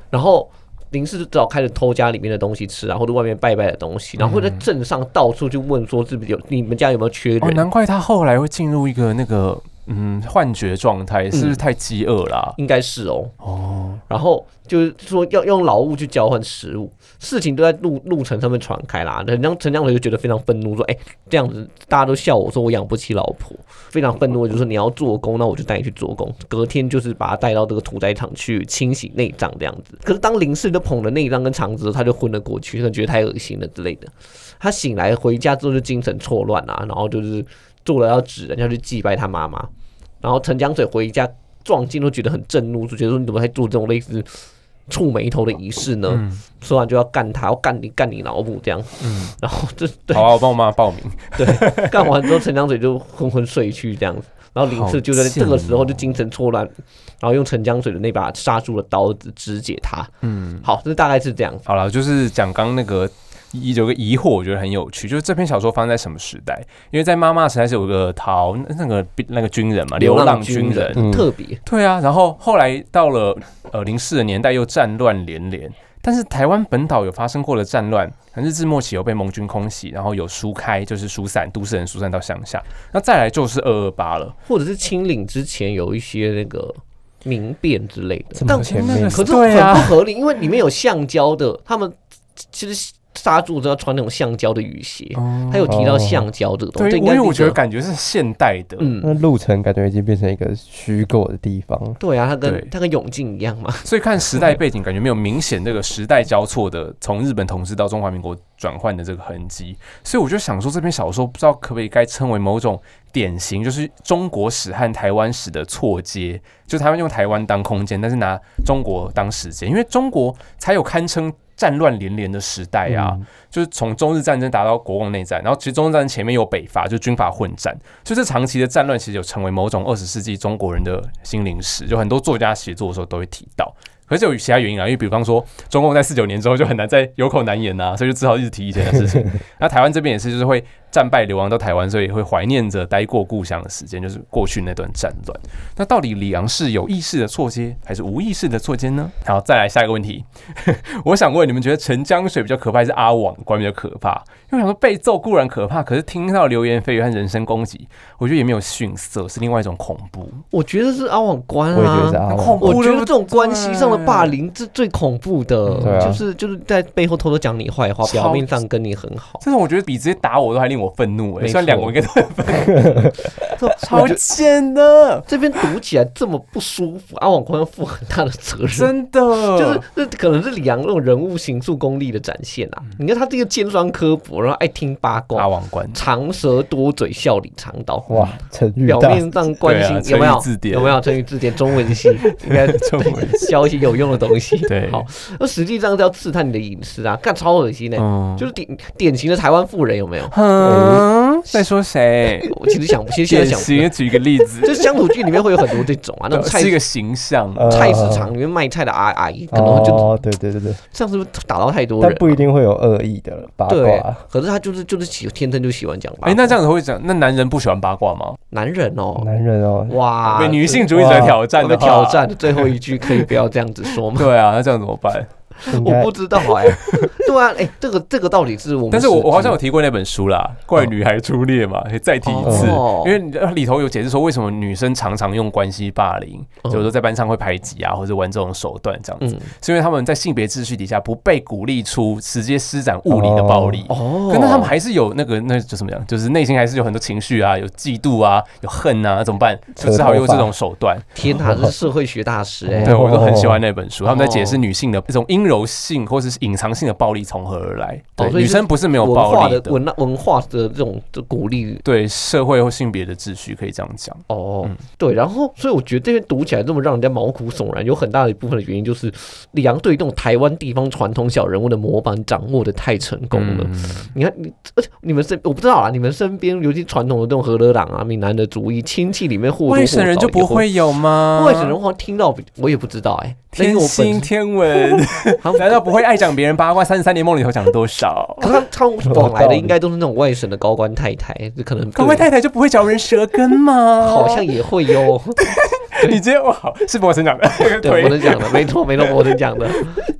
然后林氏就只好开始偷家里面的东西吃啊，或者外面拜拜的东西，然后会在镇上到处去问说是不是有你们家有没有缺
哦，
人，啊
难怪他后来会进入一个那个嗯幻觉状态，是不
嗯
是太饥饿啦？
应该是哦。
哦，
然后就是说要用劳务去交换食物，事情都在路路程上面传开啦。陈江陈江水就觉得非常愤怒，说：“哎，这样子大家都笑我说我养不起老婆，非常愤怒。”就说你要做工，那我就带你去做工。隔天就是把他带到这个屠宰场去清洗内脏这样子。可是当林氏就捧了内脏跟肠子，他就昏了过去，他觉得太恶心了之类的。他醒来回家之后就精神错乱啊，然后就是做了要指人家去祭拜他妈妈。然后陈江水回家撞进都觉得很震怒，就觉得说你怎么还做这种类似触眉头的仪式呢？
嗯
说完就要干他，要干你干你老母这样。
嗯，
然后这
好啊，我帮我妈报名，
干完之后，陈江水就昏昏睡去这样子。然后林
好
氏就在
贱
这
哦
个时候就精神错乱，然后用陈江水的那把杀猪的刀子肢解他。
嗯。
好，这大概是这样子。
好了，就是讲刚刚那个一有个疑惑，我觉得很有趣，就是这篇小说发生在什么时代？因为在妈妈时代是有个逃那个那个军人嘛，啊流浪军人。
嗯
特别
对啊，然后后来到了呃零四的年代又战乱连连，但是台湾本岛有发生过的战乱，可能日治末期有被盟军空袭，然后有疏开，就是疏散都市人疏散到乡下，那再来就是二二八了，
或者是清领之前有一些那个民变之类的，
这么
但
前
那
面
个
可是
对啊
很不合理，因为里面有橡胶的，他们其实杀猪都要穿那种橡胶的雨鞋，他有提到橡胶这个东
哦对，
西，这
因
应该
为
是
我
一
觉
个
得感觉是现代的，
嗯，
那路程感觉已经变成一个虚构的地方，
对啊，他
对
跟他跟永靖一样嘛，
所以看时代背景，感觉没有明显这个时代交错的从日本统治到中华民国转换的这个痕迹。所以我就想说，这篇小说不知道可不可以该称为某种典型，就是中国史和台湾史的错接，就台湾用台湾当空间，但是拿中国当时间，因为中国才有堪称战乱连连的时代啊，
嗯
就是从中日战争打到国共内战，然后其实中日战争前面有北伐，就军阀混战，所以这长期的战乱其实有成为某种二十世纪中国人的心灵史，就很多作家写作的时候都会提到。可是有其他原因啊，因为比方说中共在四九年之后就很难再有口难言呐、 所以就只好一直提以前的事情。那台湾这边也是，就是会战败流亡到台湾，所以会怀念着待过故乡的时间，就是过去那段战乱。那到底李昂是有意识的错接，还是无意识的错接呢？好，再来下一个问题。 我想问你们，觉得陈江水比较可怕，还是阿网关比较可怕？因为我想说被揍固然可怕，可是听到流言蜚语和人身攻击，我觉得也没有逊色，是另外一种恐怖。
我觉得是阿网关啊，
我也觉得是阿
恐
网
怖
关。
我觉
对
得
不
这种关系上的
对
霸凌是最恐怖的，
对啊
就是就是在背后偷偷讲你坏话，
嗯超
表面上跟你很好，
这种我觉得比直接打我都还令我愤怒、欸。
没
虽然两个
错
我应该都很愤
这
怒，超贱的，
这边读起来这么不舒服，阿网关要负很大的责任。
真的。
嗯
就是这可能是李阳那种人物形塑功力的展现啊！
嗯
你看他这个尖酸刻薄，然后爱听八
阿
卦，
网关，
长舌多嘴，笑里藏刀，
哇，成语
表
大
面上关
对啊
心
成
有没
语
有
字典
有没有成语字典中 文系应该
中文
教一些有用的东西。
对
好，那实际上是要刺探你的隐私啊，干超恶心的、
嗯
就是典典型的台湾妇人有没有？
哼，在说谁？
我其实想，其实现
典
在想不
型，举一个例子
到，，就是乡土剧里面会有很多这种啊，那种菜
是一个形象。
呃
菜市场里面卖菜的阿阿姨，可能就
哦，对对对对，
上次打到太多
但
人，
不一定会有恶意的八
对
卦。，
可是他就是就是喜天生就喜欢讲八卦。
哎、那这样子会讲，那男人不喜欢八卦吗？
男人哦，
男人哦，
啊哇，
被女性主义者挑战
我
的话
们挑。战最后一句可以不要这样子说吗？
对啊，那这样怎么办？
应
我
该
不知道哎、 对啊，哎、这个这个到底是我们，
但是我我好像有提过那本书啦，《怪女孩初恋》嘛，可以再提一次，
哦
因为你呃里头有解释说为什么女生常常用关系霸凌，
嗯
就是说在班上会排挤啊，或者玩这种手段这样子，
嗯
是因为他们在性别秩序底下不被鼓励出直接施展物理的暴力。
哦，
可那他们还是有那个那就怎么讲，就是内心还是有很多情绪啊，有嫉妒啊，有恨啊，那怎么办？就只好用这种手段。
天哪，这是社会学大师哎、
对，
哦
我都很喜欢那本书，他们在解释女性的这种阴柔性或是隐藏性的暴力从何而来。
哦
对，
所以
女
是
生不是没有
文
暴
化
力
的
的，
文文化的这种的鼓励
对社会或性别的秩序可以这样讲。
哦，
嗯
对，然后所以我觉得这边读起来这么让人家毛骨悚然，有很大的一部分的原因就是李阳对这种台湾地方传统小人物的模板掌握的太成功了。
嗯
你看，你而且你们身我不知道啊，你们身边尤其传统的这种荷兰党啊、闽南的族裔亲戚里面或多或
外
少
省人就不会有吗？
外省人好像听到比我也不知道哎、那因
天
为我
心
本
天文，
他们
难道不会爱讲别人八卦？三十三年梦里头讲多少？
可是他们往来的应该都是那种外省的高官太太，就可能
各位太太就不会嚼人舌根吗？
好像也会哟。
你今天我好是我成长的 哦
对，我能讲的，嗯没错，没错，我能讲的。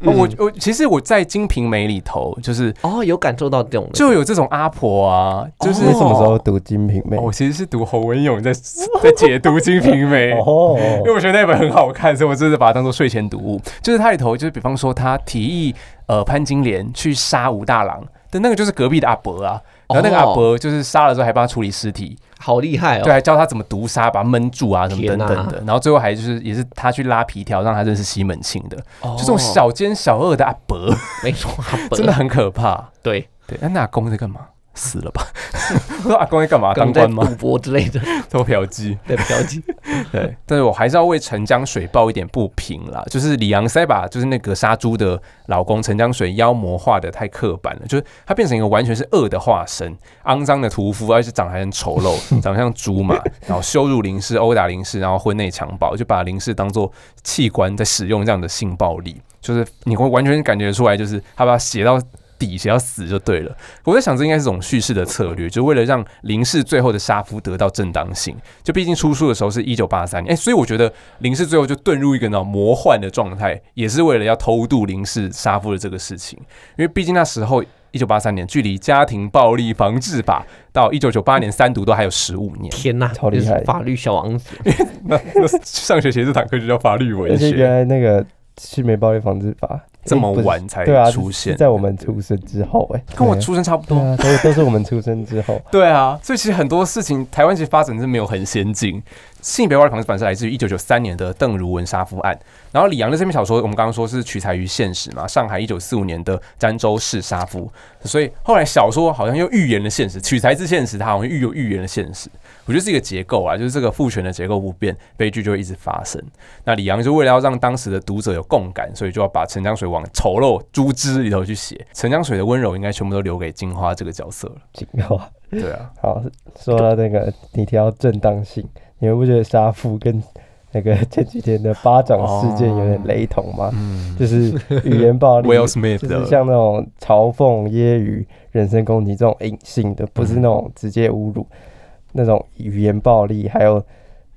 我我其实我在《金瓶梅》里头就是
哦，有感受到这种的，
就有这种阿婆啊，就是
哦
你什么时候读《金瓶梅
哦我》？其实是读侯文勇在在解读《金瓶梅》。
哦，
因为我觉得那本很好看，所以我真的把它当做睡前读物。就是它里头，就是比方说他提议呃潘金莲去杀武大郎，但那个就是隔壁的阿伯啊。然后那个阿伯就是杀了之后还帮他处理尸体，
好厉害
对，
哦。
还教他怎么毒杀，把他闷住啊，什么等等的。然后最后还就是也是他去拉皮条，让他认识西门庆的，
哦
就这种小奸小恶的阿伯，
没错，阿伯
真的很可怕。
对，
对，那那阿公在干嘛？死了吧？ 不知道阿公在干嘛？
可
当
能在
官吗？
赌博之类的，
做嫖妓？
对，嫖妓。
对，但是我还是要为陈江水抱一点不平啦。就是李昂塞把就是那个杀猪的老公陈江水妖魔化的太刻板了，就是他变成一个完全是恶的化身，肮脏的屠夫，而且长得还很丑陋，长得像猪嘛，然后羞辱林氏、殴打林氏，然后婚内强暴，就把林氏当做器官在使用这样的性暴力，就是你会完全感觉出来，就是他把他写到。底写到死就对了。我在想，这应该是种叙事的策略，就为了让林氏最后的杀夫得到正当性。就毕竟出书的时候是一九八三年，哎、所以我觉得林氏最后就遁入一个那种魔幻的状态，也是为了要偷渡林氏杀夫的这个事情。因为毕竟那时候一九八三年，距离家庭暴力防治法到一九九八年三读都还有十五年。
天哪，
超厉害
就是法律小王子。
那那上学写这堂课就叫法律
而
文
且原
学，
来那个性别暴力防治法
这么
诶不是
晚才
对啊，
出现，
是在我们出生之后，哎，
跟我
对啊
出生差不
对
多。。
啊，都都是我们出生之后
对啊，所以其实很多事情，台湾其实发展是没有很先进，性别外防反是来自于一九九三年的邓如文杀夫案。然后李阳的这篇小说，我们刚刚说是取材于现实嘛，上海一九四五年的漳州市杀夫，所以后来小说好像又预言了现实，取材自现实，它好像预有预言了现实。我觉得是一个结构啊，就是这个父权的结构不变，悲剧就会一直发生。那李阳就为了要让当时的读者有共感，所以就要把陈江水往丑陋猪汁里头去写。陈江水的温柔应该全部都留给金花这个角色了。
警告啊！
对啊，
好，说到那个你提到正当性，你们不觉得杀夫跟那个前几天的巴掌事件有点雷同吗？
嗯
就是语言暴力，
，Will Smith
就是
的，
像那种嘲讽、揶揄、人身攻击这种隐性的，
嗯
不是那种直接侮辱，那种语言暴力，还有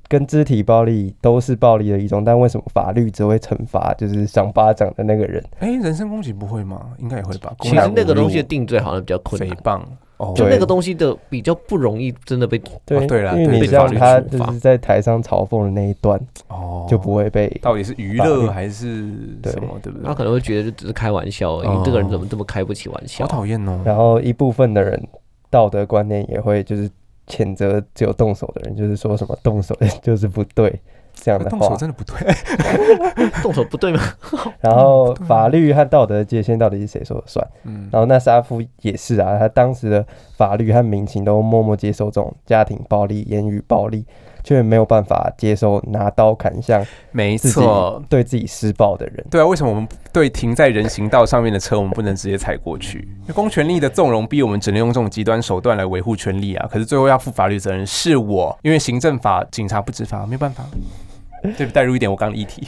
跟肢体暴力都是暴力的一种。但为什么法律只会惩罚就是赏巴掌的那个人？
哎、人身攻击不会吗？应该也会吧。
其
公然
实那个
侮辱
东西的定啊罪好像比较困
诽
难，
谤，哦，
就那
对
个东西的比较不容易真的被
对，
对啦
因为
对
你
被
像
法律
他
处
就
罚
是在台上嘲讽的那一段，
哦，
就不会被
到底是娱
法律
乐还是
对
什么，对不对
他？可能会觉得就只是开玩笑而已，
哦
你这个人怎么这么开不起玩笑
好？讨厌哦。
然后一部分的人道德观念也会就是谴责只有动手的人，就是说什么动手 就是不对啊这样的
动手
话。
真的不 对，
动手不对吗？
然后
啊
法律和道德的界限到底是谁说了算？
嗯，
然后那沙夫也是啊，他当时的法律和民情都默默接受这种家庭暴力、言语暴力，却没有办法接受拿刀砍向
没
自己
错，
对自己施暴的人。
对啊，为什么我们对停在人行道上面的车，我们不能直接踩过去？因为公权力的纵容逼我们只能用这种极端手段来维护权利啊。可是最后要负法律责任是我，因为行政法警察不执法，没有办法。对，带入一点我刚刚的议题。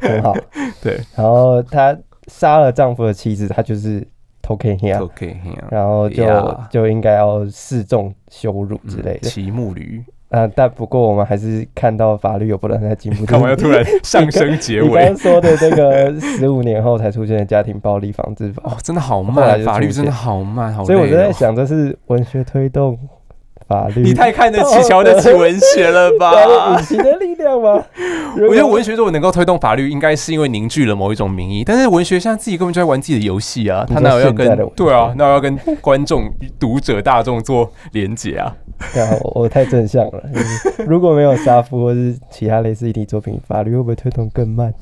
很好。
对
然后她杀了丈夫的妻子，她就是偷 K 黑啊，
OK，
然后就
Yeah
就应该要示众羞辱之类的。
骑嗯木驴，
啊，但不过我们还是看到法律有不断在进步。
干嘛
就是
要突然上升 结
你刚
尾
刚？说的这个十五年后才出现的家庭暴力防治法，
哦，真的好
后来
慢，
就
法律
出
真
现
的好慢，好累、哦。
所以我就在想，这是文学推动法律，
你太看得起、瞧得起文学了吧？
了隐形的力量吗？
我
如
觉得
果
文学如果能够推动法律，应该是因为凝聚了某一种民意。但是文学现在自己根本就在玩自己的游戏啊，
你
他
说
哪有要
现在的
跟
文学
对啊，哪有要跟观众、 读者、大众做连结啊？
然后我太正向了。就是如果没有杀夫或是其他类似议题作品，法律会不会推动更慢？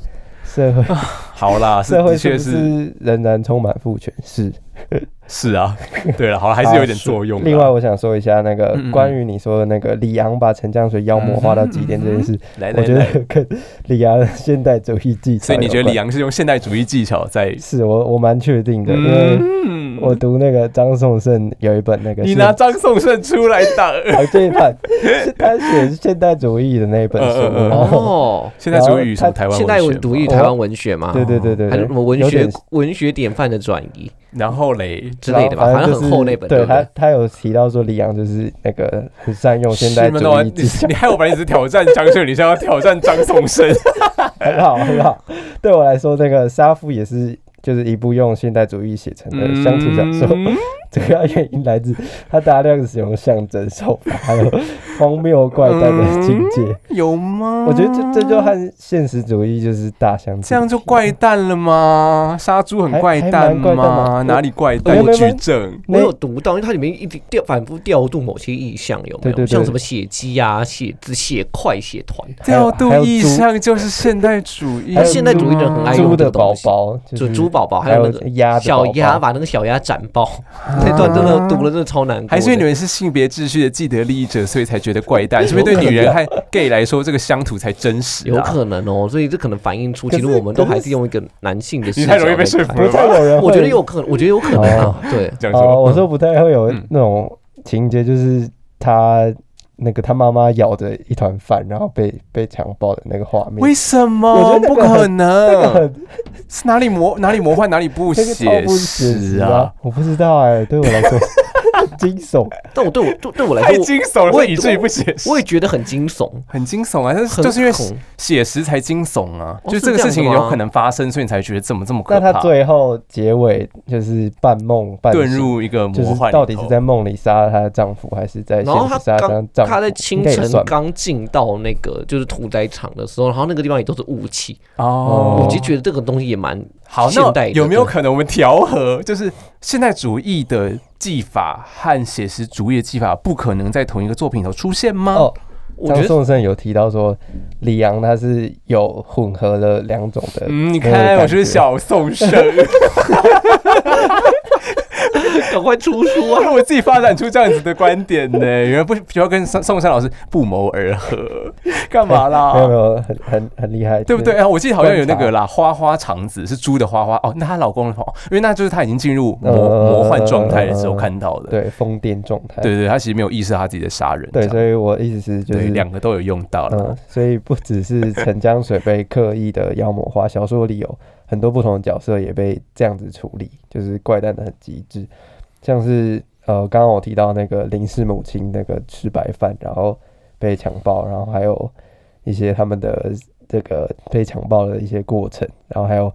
社会
好啦，是
社
啊的
会是
确
不
是
是仍然充满父权？是，
是啊，对了，好了，还是有点作用啊。
另外，我想说一下那个
嗯嗯嗯
关于你说的那个李昂把陈江水妖魔化到极点这件事，
来
我
嗯来
觉
来，
得跟李昂的现代主义技巧
所
有关，
以你觉得李阳是用现代主义技巧 在？
是我我蛮确定的，因为。
嗯
我读那个张颂胜有一本那个
你
是
拿张颂胜出来 打，
唐这一版，是他写现代主义的那一本书，
嗯嗯嗯
然后
哦，
现代主义
啊
与什么台湾
现代
文
文
学
读
嘛？
于台湾文学嘛，
哦对对对对
还是
对
什么文
有
学
点
文学典范的转移
然后嘞，
之类的吧，
然
好
后反正
像
就是
很厚那本，
对
不
他
对？
他有提到说李阳就是那个很善用现代
是吗那我
主义 技巧
你，害我本来只是挑战张秀，你现在要挑战张颂胜，
很好很好。对我来说，那个杀夫也是就是一部用现代主义写成的乡土小说，
嗯
主要原因来自他大量使用象征手法，还有荒谬怪诞的情节。
嗯有吗？
我觉得这这就和现实主义就是大相径庭
这样就怪诞了吗？杀猪很怪诞
还还蛮怪诞
吗？
吗
哪里怪诞？
没有
有
没有
举证。
那
我有读到，因为它里面一直调反复调度某些意象，有没
对对对
有？像什么血迹啊、血字、血块、血团，
还有
调度意象就是现代主义
还
吗，
有
现代主义的人很爱
猪
用这
的
个
宝
东西
宝，就
就是猪宝宝，
还
还有那
有
个
鸭的
小
宝宝啊
鸭，把那个小鸭斩 爆，那段真的读了真的超难过的。
还是因为你们是性别秩序的既得利益者，所以才觉得怪诞？是不是对女人和 gay 来说，这个乡土才真实、啊？
有可能哦，所以这可能反映出，
可
其
是
实我们都
可是
还是用一个男性的
你
视角
太容易被
在
说
看
不
服了
太
吧？
有人会，
我觉得有可能，我觉得有可能啊，对，
这样
哦，
说，
我说不太会有
嗯
那种情节，就是他那个他妈妈咬着一团饭，然后被被强暴的那个画面。
为什
我
么
觉得
不
那个很
可
那个
能？
很
是哪里魔哪里魔幻，哪里 不
那个超
写
不写实
实啊
啊！！我不知道哎、对我来说 惊悚。
但我对我对对我来
太
说，
惊悚了，
我
会以至于不写
我
实
我。也觉得很惊悚，
很惊悚啊！但是
很
就是因为
恐
写实才惊悚啊，
哦
就是这个
这样
事情
子吗
有可能发生，所以你才觉得怎么这么可
那
怕。
他最后结尾就是半梦半
遁
醒，
入一个
就
魔
是
幻里头，
到底是在梦里杀了她的丈夫，还是在
然后
现
他
实啊杀她
刚
的丈夫？
他在清
应该也
晨
算吧
刚进到那个就是屠宰场的时候，然后那个地方也都是雾气，
哦
我其实觉得这个东西也蛮
好，
现
那
代的
有没有
对
可能我们调和，就是现代主义的技法和写实主义的技法不可能在同一个作品里头出现吗？
哦，
我
张
觉得
颂胜有提到说，李阳他是有混合了两种的。
嗯，你看，我是，小宋生，
赶快出书 啊！
我自己发展出这样子的观点呢，原来不需要跟宋宋山老师不谋而合，干嘛
没有没
啦？
有，很很很厉害，
啊对不对？啊？我记得好像有那个啦，花花肠子是猪的花花哦，那她老公的花，因为那就是她已经进入魔
呃
魔幻状态的时候看到的。
对？对，疯癫状态。
对对，她其实没有意识到她自己的杀人这
对，
样。
所以我意思是就
对，
是
两个都有用到了
嗯。，所以不只是陈江水被刻意的妖魔化，小说里有很多不同的角色也被这样子处理，就是怪诞的很极致。像是呃，刚刚我提到那个林氏母亲那个吃白饭，然后被强暴，然后还有一些他们的这个被强暴的一些过程，然后还有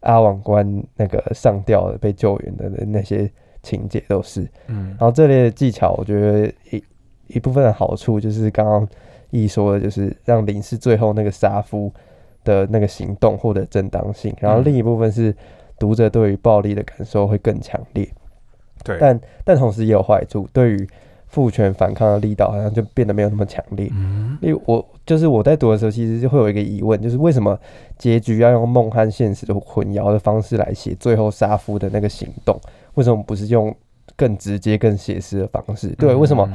阿王冠那个上吊被救援的那些情节都是。
嗯
然后这类的技巧，我觉得一一部分的好处就是刚刚一说的，就是让林氏最后那个杀夫的那个行动获得正当性，然后
嗯
另一部分是读者对于暴力的感受会更强烈，
对
但但同时也有坏处，对于父权反抗的力道好像就变得没有那么强烈。
嗯，
因为我就是我在读的时候，其实就会有一个疑问，就是为什么结局要用梦和现实的混淆的方式来写最后杀夫的那个行动？为什么不是用更直接、更写实的方式？对，为什么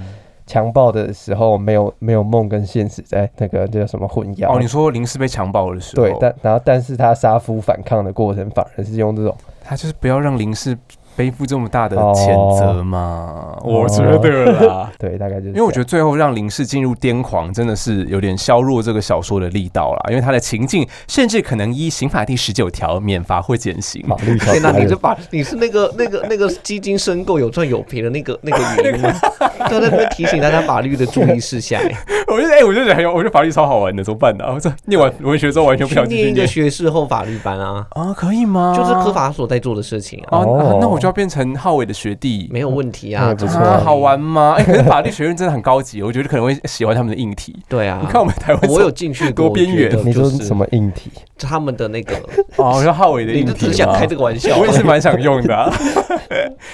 强暴的时候没有没有梦跟现实在那个叫什么混淆？
哦，你说林氏被强暴的时候，
对，但然后但是他杀夫反抗的过程反而是用这种
他就是不要让林氏背负这么大的
哦
谴责嘛，我
哦
觉得啦。
对，大概就是
因为我觉
得
得最后让林氏进入癫狂，真的是有点削弱这个小说的力道啦。因为他的情境甚至可能依刑法第十九条免罚或减刑。
法律条
天哪，
文
你是把你是那个那个那个基金申购有赚有赔的那个那个 原因吗？都在那边提醒大家法律的注意事项。
我就哎、我就觉得很有，我觉得法律超好玩的，怎么办呢、啊？我这念完文学之后完全不
去
想继
念
续
一个
念
学士后法律班啊，
啊，可以吗？
就是科法所在做的事情
啊
啊，
啊
哦
那我就要变成浩伟的学弟。
没有问题
那
啊，
也不错
啊，好玩吗？哎、可是法律学院真的很高级，我觉得可能会喜欢他们的硬体。
对啊。
你看我们台湾，
我有进去过，
多边缘
我觉得
你
就
说
是
什么硬体？
他们的 那个，
哦，我说浩伟的
你
硬
就
体啊
只
吗，
是想开这个玩笑，
我也是蛮想用的、 啊。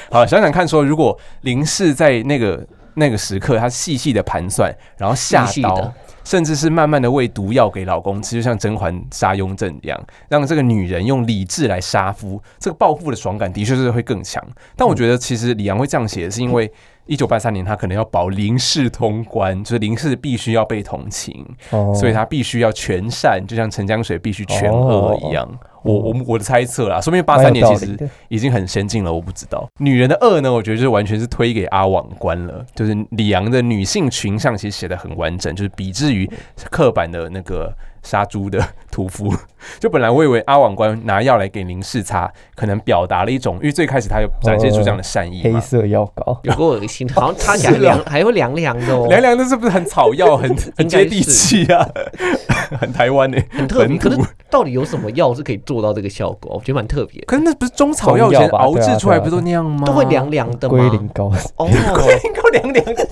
好，想想看说如果林氏在那个那个时刻，他细细的盘算，然后下
细细
刀
地，
甚至是慢慢的喂毒药给老公吃，就像甄嬛杀雍正一样，让这个女人用理智来杀夫，这个报复的爽感的确是会更强。但我觉得其实李阳会这样写，是因为。一九八三年，他可能要保林氏通关，就是林氏必须要被同情，
哦，
所以他必须要全善，就像陈江水必须全恶一样。我我我的猜测啦，说明八
哦蛮有
三年
道
其
理
实
的
已经很先进了，我不知道。女人的恶呢，我觉得就是完全是推给阿网官了。就是李阳的女性群像其实写的很完整，就是比之于刻板的那个杀猪的屠夫。 就本来我以为阿网官拿药来给林氏擦，可能表达了一种，因为最开始他有展现出这样的善意
黑
嘛。
色药膏，
有过恶心，好像擦起来凉，还会凉凉的哦，
啊凉凉的是不是很草 药，很很接地气啊， 很台湾呢、欸
很特别。
本土
可是到底有什么药是可以做到这个效果？我觉得蛮特别的，
可是那不是中草药以前
中药吧
熬制出
对啊对
来
啊
不都那样吗？
都会 凉凉的吗？
龟苓膏，
哦，
够凉凉的，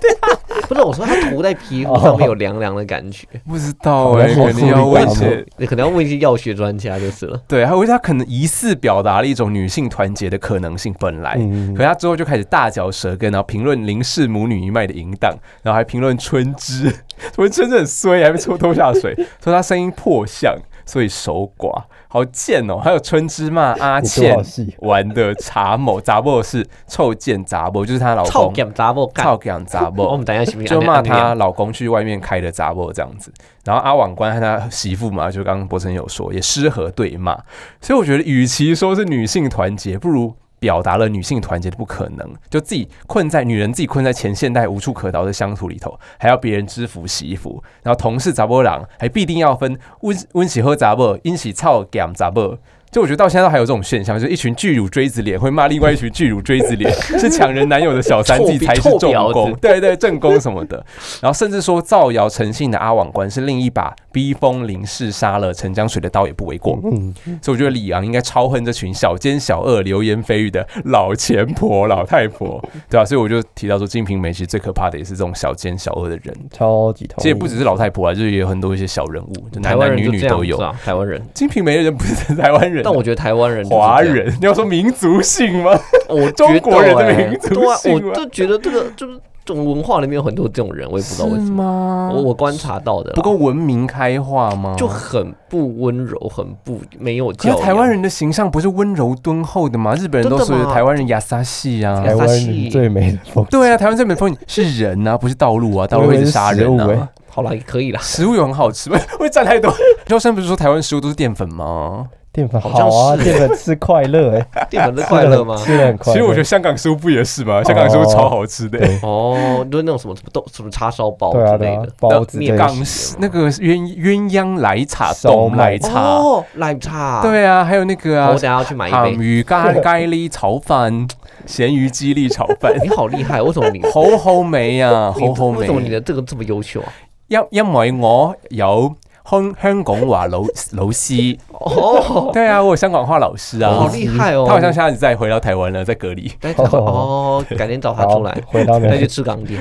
不是我说它涂在皮肤上面有凉凉的感觉，
不知道哎、
好
可
像
能要问一
是
些。
你可能要问一些药学专家就是了。
对，还有他可能疑似表达了一种女性团结的可能性，本来，
嗯
可他之后就开始大嚼舌根，然后评论林氏母女一脉的淫荡，然后还评论春枝， 我真的很衰，还被偷偷下水， 说他声音破相，所以守寡，好贱哦。还有春枝骂阿
你多
倩
好戏
玩的查某杂某是臭贱杂某，就是她老
臭
公
干杂货干，
臭讲杂某
我。们等一下行不行？
就骂
按按那
她
个
老公去外面开的杂货这样子，然后阿网官和他媳妇嘛，就刚刚博成有说，也失和对骂，所以我觉得，与其说是女性团结，不如表达了女性团结的不可能，就自己困在女人自己困在前现代无处可逃的乡土里头，还要别人知服洗衣服，然后同事杂波郎还必定要分温温喜喝杂波，阴喜操感杂波。就我觉得到现在都还有这种现象，就是一群巨乳锥子脸会骂另外一群巨乳锥子脸是抢人男友的小三，
臭
自己才是
臭
正
婊
宫
子，
对对正宫什么的。 然后甚至说造谣成性的阿网官是另一把逼疯林氏杀了陈江水的刀也不为过。
嗯，
所以我觉得李昂应该超恨这群小奸小恶、流言蜚语的老钱婆、老太婆，对吧、所以我就提到说，《金瓶梅》其实最可怕的也是这种小奸小恶的人，
超级痛。
其实也不只是老太婆啊，就是也有很多一些小人物，就
台
男
湾
男
人
女
就
女
这样
都有。
子
《
啊，台湾人。
金瓶梅》的人不是台湾人，
但我觉得台湾人就是这样
华，人，你要说民族性吗？
我
中国人的
觉得欸
民族
对啊，
性
我
啊
就觉得这个就是种文化里面有很多这种人，我也不知道为什么。
吗
我我观察到的啦，
不够文明开化吗？
就很不温柔，很不没有
可
教
是
养。
台湾人的形象不是温柔敦厚的吗？日本人都
真
说
的吗
台湾人亚萨系啊。
亚
台
萨
湾
系
人最美的风景。
对啊，台湾这边风景是人啊，不是道路啊，道路会一直杀人
我以为是食物
啊
欸。
好啦，也可以啦，
食物也很好吃， 会占太多。周深不是说台湾食物都是淀粉吗？
淀粉
好
好啊，
像是
淀粉吃快乐哎，
淀粉的快乐哦吗？
吃的很快乐。
香港食物不也是吗？
香港食物超
好吃的欸
对
哦，就是那种什么什么豆什么叉烧包
对啊
之
对
类
啊
的，，
包子
面
这
港
些
式那个鸳鸳鸯奶茶
烧
冻奶
麦
茶，
哦，奶茶。
对啊，还有那个啊
好，我等，下要去买一
鹹
杯。
鱼咖咖喱炒饭、咸鱼鸡粒炒饭
、你好厉害，为什么你
好好美啊，
你
好好
为什么你
美。
的这个这么优 秀啊？
因因為我有香香港話老 老師，
哦，
對啊，我有香港話老師
好
啊。
厉害哦！
他好像现在再回到台湾了，在隔离。
该找 哦，改天找他
好
出来，
回到那
再去
个，
吃港点。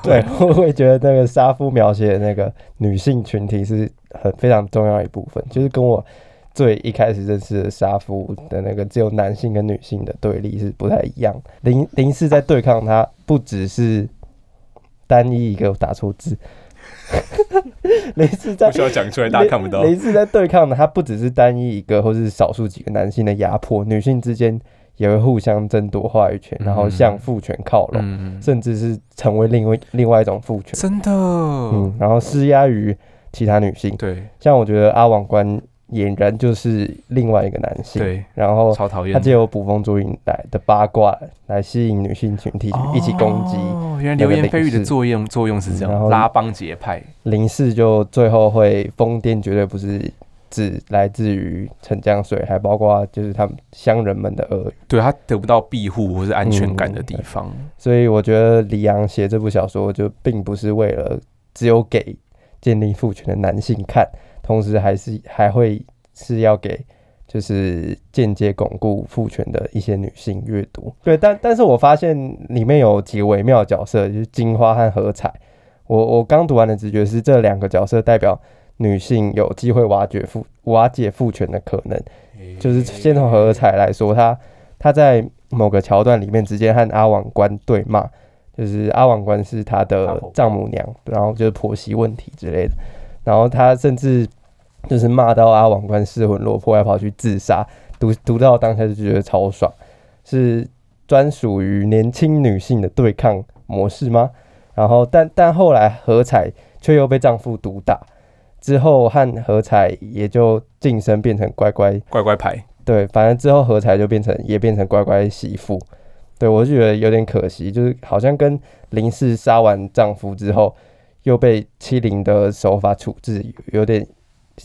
对，我会觉得那个沙夫描写的那个女性群体是很非常重要一部分，就是跟我最一开始认识的沙夫的那个只有男性跟女性的对立是不太一样。林林是在对抗他，不只是单一一个我打错字， 林是在
需要讲出来
雷雷是在对抗的，它不只是单一一个或是少数几个男性的压迫，女性之间也会互相争夺话语权，然后向父权靠拢，
嗯，
甚至是成为另外另外一种父权。
真的，
嗯，然后施压于其他女性。
对
像我觉得阿王冠俨然就是另外一个男性，
对，
然后
超讨
嗯
厌
他。借由捕风捉影来的八卦来吸引女性群体一起攻击。
哦，原来流言蜚语的作用作用是
嗯
这
然
样，
后
拉帮结派。
林氏就最后会疯癫，绝对不是只来自于陈江水，还包括就是他们乡人们的恶语。
对他得不到庇护或是安全感的地方，
所以我觉得李阳写这部小说，就并不是为了只有给建立父权的男性看，同时还是还会是要给。就是间接巩固父权的一些女性阅读，对，但但是我发现里面有几个微妙的角色，就是金花和何彩。我我刚读完的直觉是，这两个角色代表女性有机会瓦解父瓦解父权的可能。嗯就是先从何彩来说，她她在某个桥段里面直接和阿王冠对骂，就是阿王冠是她
大
的
婆
丈母娘，然后就是婆媳问题之类的，然后她甚至就是骂到阿王冠失魂落魄，还跑去自杀，读读到当下就觉得超爽，是专属于年轻女性的对抗模式吗？然后但但后来何彩却又被丈夫毒打，之后和何彩也就晋升变成乖乖
乖乖牌。
对，反正之后何才就变成也变成乖乖媳妇，对我就觉得有点可惜，就是好像跟林氏杀完丈夫之后又被欺凌的手法处置有点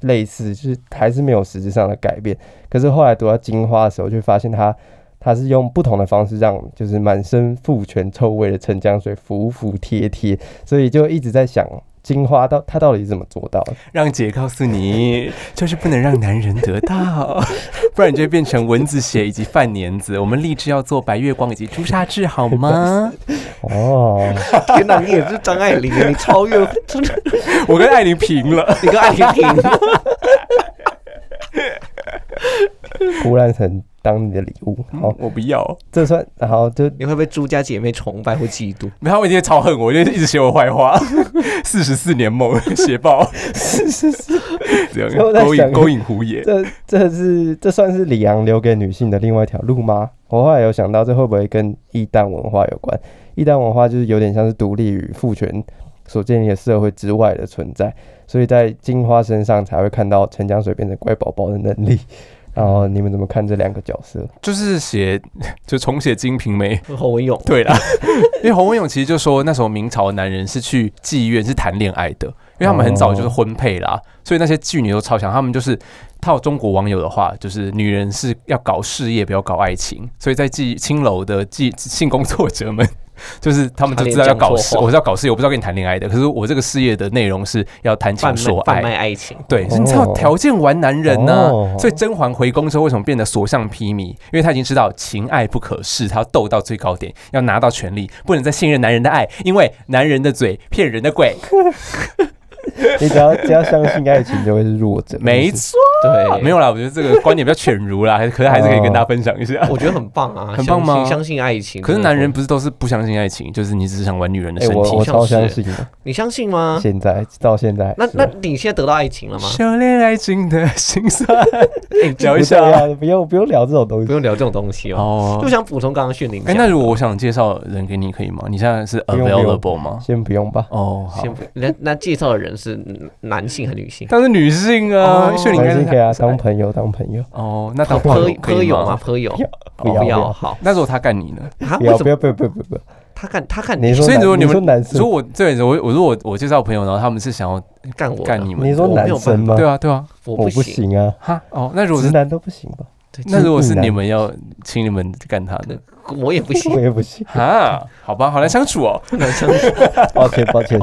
类似，就是还是没有实质上的改变。可是后来读到金花的时候，就发现他他是用不同的方式让就是满身父权臭味的陈江水服服帖帖，所以就一直在想金花到他到底是怎么做到的。
让姐告诉你，就是不能让男人得到， 不然你就会变成蚊子血以及饭粘子。我们立志要做白月光以及朱砂痣，好吗？
哦，
天哪，你也是张爱玲，你超越，真的
我跟艾琳平了，
你跟爱玲平。
胡乱成当你的礼物，好。
我不要，
这算，然后就
你会被朱家姐妹崇拜或嫉妒？
他们一定超恨我，因为一直写我坏话， 四十四年梦写爆，
是是是，
这
所以 我在
样勾引
想
勾引胡言。
这这是这算是李阳留给女性的另外一条路吗？我后来有想到，这会不会跟异蛋文化有关？异蛋文化就是有点像是独立于父权所建立的社会之外的存在，所以在金花身上才会看到陈江水变成乖宝宝的能力。然后你们怎么看这两个角色？
就是写，就重写《金瓶梅》。
侯文勇，
对啦，因为洪文勇其实就说那时候明朝的男人是去妓院是谈恋爱的，因为他们很早就是婚配啦，所以那些妓女都超强，他们就是套中国网友的话，就是女人是要搞事业，不要搞爱情，所以在妓青楼的妓性工作者们。 就是他们就知道要搞事，
差点讲错话
我是要搞事业，我不知道跟你谈恋爱的。可是我这个事业的内容是要谈
贩
情说
卖贩
爱，
卖爱情，
对，
哦
你才有条件玩男人呢、
哦
所以甄嬛回宫之后为什么变得所向披靡？因为她已经知道情爱不可恃，她要斗到最高点，要拿到权力，不能再信任男人的爱，因为男人的嘴 骗人的鬼。
你只要只要相信爱情，就会是弱者。
没错，
对，
没有啦，我觉得这个观点比较犬儒啦，还是可是还是可以跟大家分享 一下。
我觉得很棒啊，
很棒
相信
吗
相信爱情。啊
可是男人，不是都是不相信爱情，就是你只是想玩女人的
哎、
身
我
体
我
像
超相
是啊
信的，
你相信吗？
现在到现在还
那
是啊
那你现在得到爱情了吗？
修炼爱情的心 酸。聊
不重
一下啊
啊要，不用不用聊这种东
不
西，
用聊这种东西哦。
哦
就。想补充刚刚训令
哎，
讲的。
那如果我想介绍人给你，可以吗？你现在是
不用不用
available 吗？
先不用吧。
哦，好。
先不那那介绍的人是男性还是 女性？
但是女性啊，
哦
秀玲
还
应该
是
是
可以啊，当朋友当朋友，
哦，那
好
当朋
朋
友可
朋
以
友吗？
吗？
朋友
不
哦
要
不
不
要
要
好
那如果他干你呢？
啊？
不
为
要
什
不
么
要不要不要不要！
他看他看
你说
所以
男
如果你
你
们
说男生
如果我对我我如果我介绍朋友，然后他们是想要
干我
干
的
你们的，
你说
我没有
男生吗？
对啊对啊，
我
我
不
不
行，
行啊，
哈哦，那如果
直
是
男都不行吧？
对
那如果是
直男
你们要请你们干他呢？，
我也不
我
行。
也不行
哈，好吧，好难相处哦。
抱歉抱歉。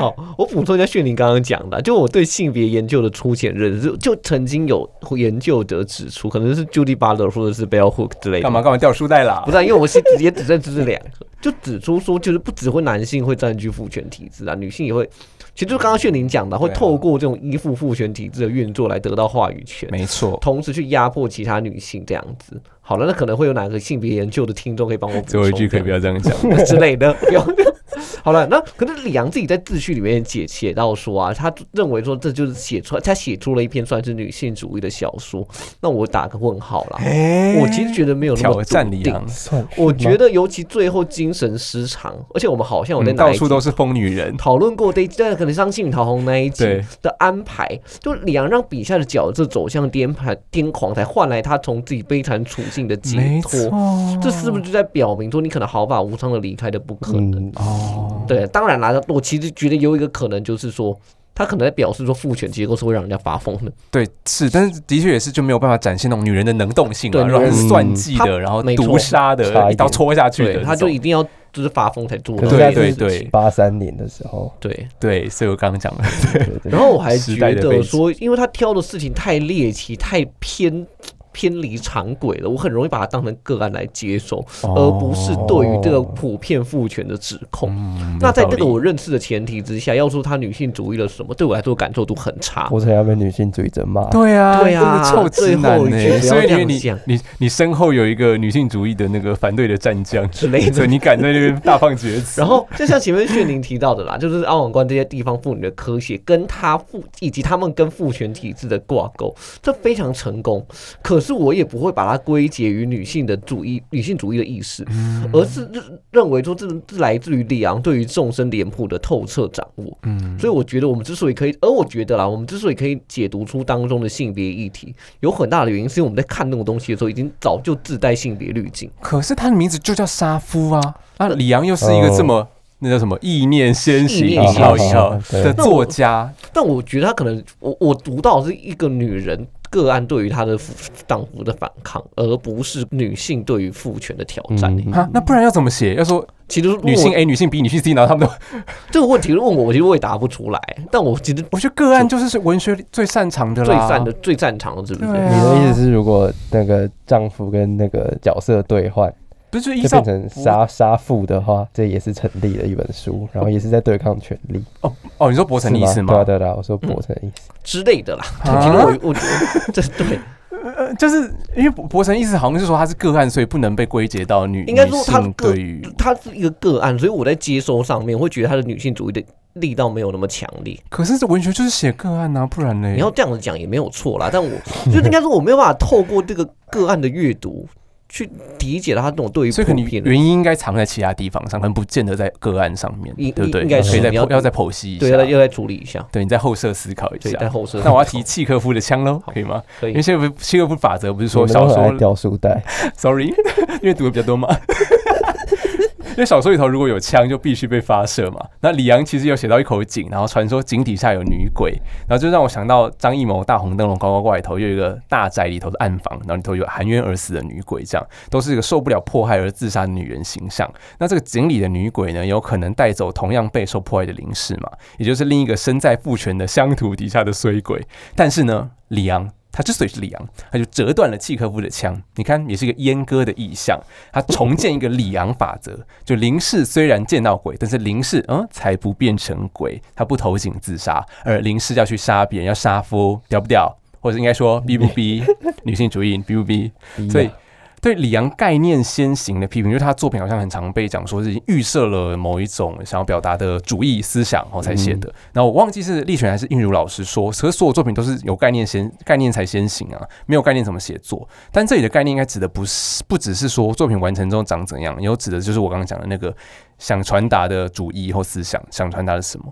哦
好，我补充一下训林刚刚讲的，就我对性别研究的粗浅认识，就曾经有研究者指出，可能是 Judy Butler 或者是 Bell Hook 之类的。
干嘛干嘛掉书袋啦
不？是啊、因为我是也只认知这两个，就指出说，就是不只会男性会占据父权体制啊，女性也会，其实就刚刚炫玲讲的，会
对啊
透过这种依附父权体制的运作来得到话语权，
没错，
同时去压迫其他女性这样子。好了，那可能会有哪个性别研究的听众可以帮我补
最
充
后一句可以不要这样讲。
之类的，不要。好了，那可是李阳自己在自序里面解写到说啊，他认为说这就是写出他写出了一篇算是女性主义的小说，那我打个问号啦。
哎
我其实觉得没有那么
挑战
笃
李
定
阳，
算是
我
吗
觉得尤其最后精神失常，而且我们好像有在
嗯
哪
到
一
处
集
都是疯女人。
讨论过这一，但可能上《幸运桃红》那一集
对
的安排，就李阳让笔下的角色走向癫盘癫狂，才换来他从自己悲惨处境的解
没
脱。
错，
这是不是就在表明说，你可能毫发无伤的离开的不可能？
嗯，
哦，
对，当然啦，我其实觉得有一个可能就是说，他可能在表示说，父权结构是会让人家发疯的。
对，是，但是的确也是就没有办法展现那种女人的能动性
对
啊，然后
女人
是算计
她
的，然后
没错
毒杀
差
的，
一
一刀
点
戳下去的这
对，
种，
他就一定要就是发疯才做
可
到
是
这
他
件
对
事
对
情。
对
八三年的时候，
对，
对，所以我刚刚 讲了，
对对对
然后我还
时
觉
代的背
得
景
说，因为他挑的事情太猎奇、太偏偏离常轨了，我很容易把它当成个案来接受，
哦
而不是对于这个普遍父权的指控。
嗯
那在这个
有道理
我认识的前提之下，要说他女性主义了什么，对我来说感受度很差。
我才要被女性主义者骂。
啊对啊，
对啊
真的臭直男
最后一句
欸
不要
所以
这样
你你
讲
你你身后有一个女性主义的那个反对的战将
之类的
所以你敢在那边大放厥词？
然后，就像前面炫宁提到的啦，就是澳网关这些地方妇女的科学，跟她父以及他们跟父权体制的挂钩，这非常成功。可是我也不会把它归结于女性的主义、女性主义的意识，而是认认为说这这来自于李昂对于众生脸谱的透彻掌握。
嗯，
所以我觉得我们之所以可以，而我觉得啦，我们之所以可以解读出当中的性别议题，有很大的原因是因为我们在看那种东西的时候，已经早就自带性别滤镜。
可是他的名字就叫杀夫啊，那李阳又是一个这么。那叫什么意念先行
哦意
一
念先
号
行
一号
对
的作家，
但我觉得他可能，我我读到的是一个女人个案对于她的父丈夫的反抗，而不是女性对于父权的挑战、
嗯
哈，那不然要怎么写？要说
其实如果
女性 A、女性 B、女性 C，然后他们都，
这个问题问我，我其实我也答不出来。但我其实
我觉得个案就是是文学最擅长的
最
啦，
擅的、最擅长的，是不是？
对啊
你的意思是，如果那个丈夫跟那个角色对换，
不是就
就
依照
变成杀杀父的话，这也是成立的一本书，然后也是在对抗权力，
哦哦，你说博成
是
的意思
对啊
吗？嗯
对啊对啊，我说伯承的意思，
之类的啦。
啊
其实我我觉得这对，
呃，就是因为博博成意思好像是说他是个案，所以不能被归结到女
应该说他
女性
个
对于
它是一个个案，所以我在接收上面我会觉得她的女性主义的力道没有那么强烈。
可是这文学就是写个案啊，不然呢？
你要这样子讲也没有错啦，但我就是应该说我没有办法透过这个个案的阅读去理解到他这种对于
所
普
以可能
遍的
原因应该藏在其他地方上，可能不见得在个案上面，
应
对不对？
应该
是
可以再
你要
剖要再剖析一
对，要再
下，
要再处理一啊下，
对你在后设思考一
对，在
下。
后生。
那我要提契科夫的枪喽，
好
可以吗？
可
因
以
为，契科夫契科夫法则不是
你
说
们
小
都很爱
说
掉书 袋，
，sorry，因为读的比较多嘛。 因为小说里头如果有枪，就必须被发射嘛。那李阳其实有写到一口井，然后传说井底下有女鬼，然后就让我想到张艺谋《大红灯笼高高挂》里头有一个大宅里头的暗房，然后里头有含冤而死的女鬼，这样都是一个受不了迫害而自杀的女人形象。那这个井里的女鬼呢，有可能带走同样备受迫害的灵士嘛，也就是另一个身在父权的乡土底下的衰鬼。但是呢，李昂他之所以是李昂，他就折断了契科夫的枪，你看也是一个阉割的意象。他重建一个里昂法则，就林氏虽然见到鬼，但是林氏嗯才不变成鬼，他不投井自杀，而林氏要去杀别人，要杀夫，屌不屌？或者应该说 B 不 B 女性主义 B 不 B，所
啊
以对李阳概念先行的批评，因为他作品好像很常被讲说是已经预设了某一种想要表达的主义思想，然后才写的。然后我忘记是立选还是应如老师说，可是所有作品都是有概念先概念才先行啊，没有概念怎么写作？但这里的概念应该指的不是不只是说作品完成之后长怎样，也有指的就是我刚刚讲的那个想传达的主义或思想，想传达的什么。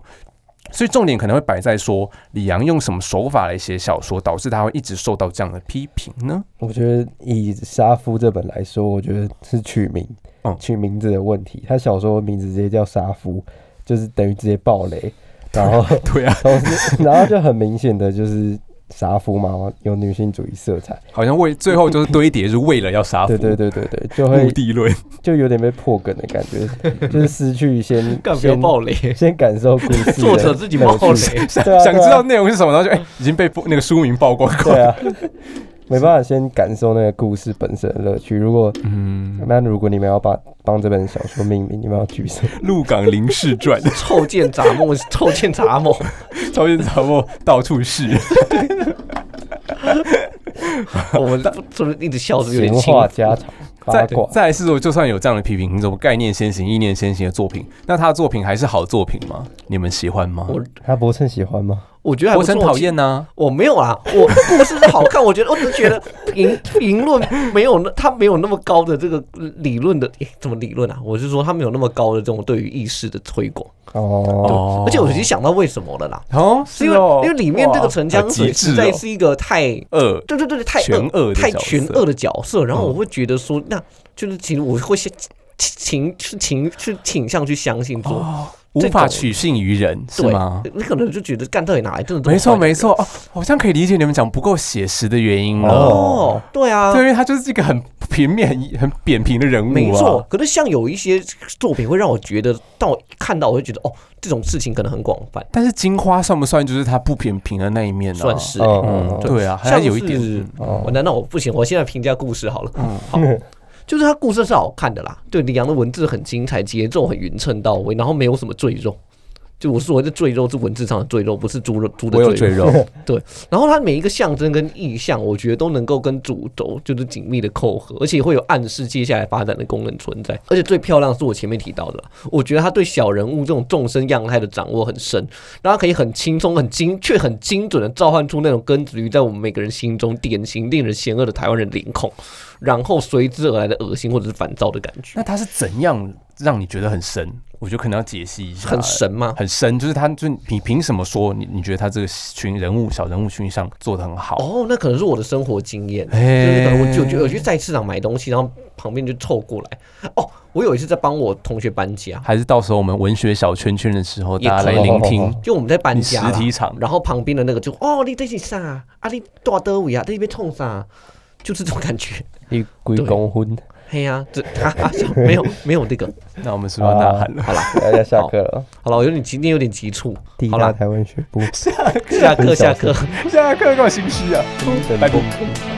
所以重点可能会摆在说李阳用什么手法来写小说，导致他会一直受到这样的批评呢？
我觉得以《杀夫》这本来说，我觉得是取名，
嗯
取名字的问题。他小说名字直接叫《杀夫》，就是等于直接爆 雷，然后
对啊，
同时然后就很明显的就是杀夫嘛，有女性主义色彩。
好像为最后就是堆叠，就是为了要杀夫，
对对对对对，就
目
会
的论。
就有点被破梗的感 觉，就是失去先
干不要
先
爆雷，
先感受故事的乐趣，
作者自己爆雷，
对啊，对啊
想知道内容是什么，然后就哎、已经被那个书名曝光过。
对啊， 没办法先感受那个故事本身的乐趣。如果
嗯，
那如果你们要把帮这本小说命名，你们要举什么？
《鹿港林氏传》
臭贱杂梦， 臭贱杂梦，
超越杂货到 处是，
我们是不是一直笑哦是有点
闲
轻
话家常、八
再
卦。
再来是说，就算有这样的批评，你怎么概念先行、意念先行的作品，那他的作品还是好作品吗？你们喜欢吗？
我
他伯称喜欢吗？
我觉得还
我
不错
很讨厌呐，
我没有啊，我故事是好看，我觉得我只觉得评 评论没有那他没有那么高的这个理论的，诶怎么理论啊？我是说他没有那么高的这种对于意识的推广，
哦，
哦
而且我已经想到为什么了啦，
哦，
是
是
因为
哦，
因为里面这个陈江
哇好极
水
致
实在
哦
是一个太。
呃，
对对对，太
全恶的
恶太
角色
全恶的角色，然后
嗯
我会觉得说，那就是其实我会先倾去倾去倾向去相信说，
哦，无
这
法
种
取信于人是
对
吗？，
你可能就觉得干到底哪来真的这么
没错
坏的
没错，哦，好像可以理解你们讲不够写实的原因了。
哦，对啊，
对，因为他就是一个很平面、很扁平的人物、啊，
没错，，可是像有一些作品会让我觉得，当我看到我会觉得，哦，这种事情可能很广泛，
但是金花算不算就是他不扁平的那一面呢、
算，是、欸。
嗯，
哦对啊，还
像
是有一点。
是
嗯
哦
我难道我不行？我现在评价故事好了。好，就是他故事是好看的啦，对李阳的文字很精彩，节奏很匀称到位，然后没有什么赘肉。就我说的赘肉是文字上的赘肉，不是猪肉猪的
我有赘
赘肉。
肉，
然后它每一个象征跟意象，我觉得都能够跟主轴就是紧密的扣合，而且会有暗示接下来发展的功能存在。而且最漂亮是我前面提到的啦，我觉得他对小人物这种众生样态的掌握很深，然后可以很轻松、很精确、很精准的召唤出那种根植于在我们每个人心中典型令人嫌恶的台湾人脸孔，然后随之而来的恶心或者是烦躁的感觉
那，他是怎样让你觉得很神？我觉得可能要解析一下，
很，神吗？
很啊神，就是他，就你凭什么说你？你觉得他这个群人物小人物群像做的很好？
哦，那可能是我的生活经验，
哎
就是可能我就就我去菜市场买东西，然后旁边就凑过来。哦，我有一次在帮我同学搬家，
还是到时候我们文学小圈圈的时候，
也
大家来
可以
聆听
就我们在搬
你
家
实
啦
体场，
然后旁边的那个就哦，你这是啥？啊，你大德位啊，在那边冲啥？就是这种感觉。
一归公婚，
嘿呀、这 哈哈，没有没有这个，
那我们是不是要呐喊 了？
好啦
大家哦下课了，
好了，我有点今天有点急促，
第一
好
大
啦，
台湾学部，
下课下课。
现在看到心虚啊，拜拜。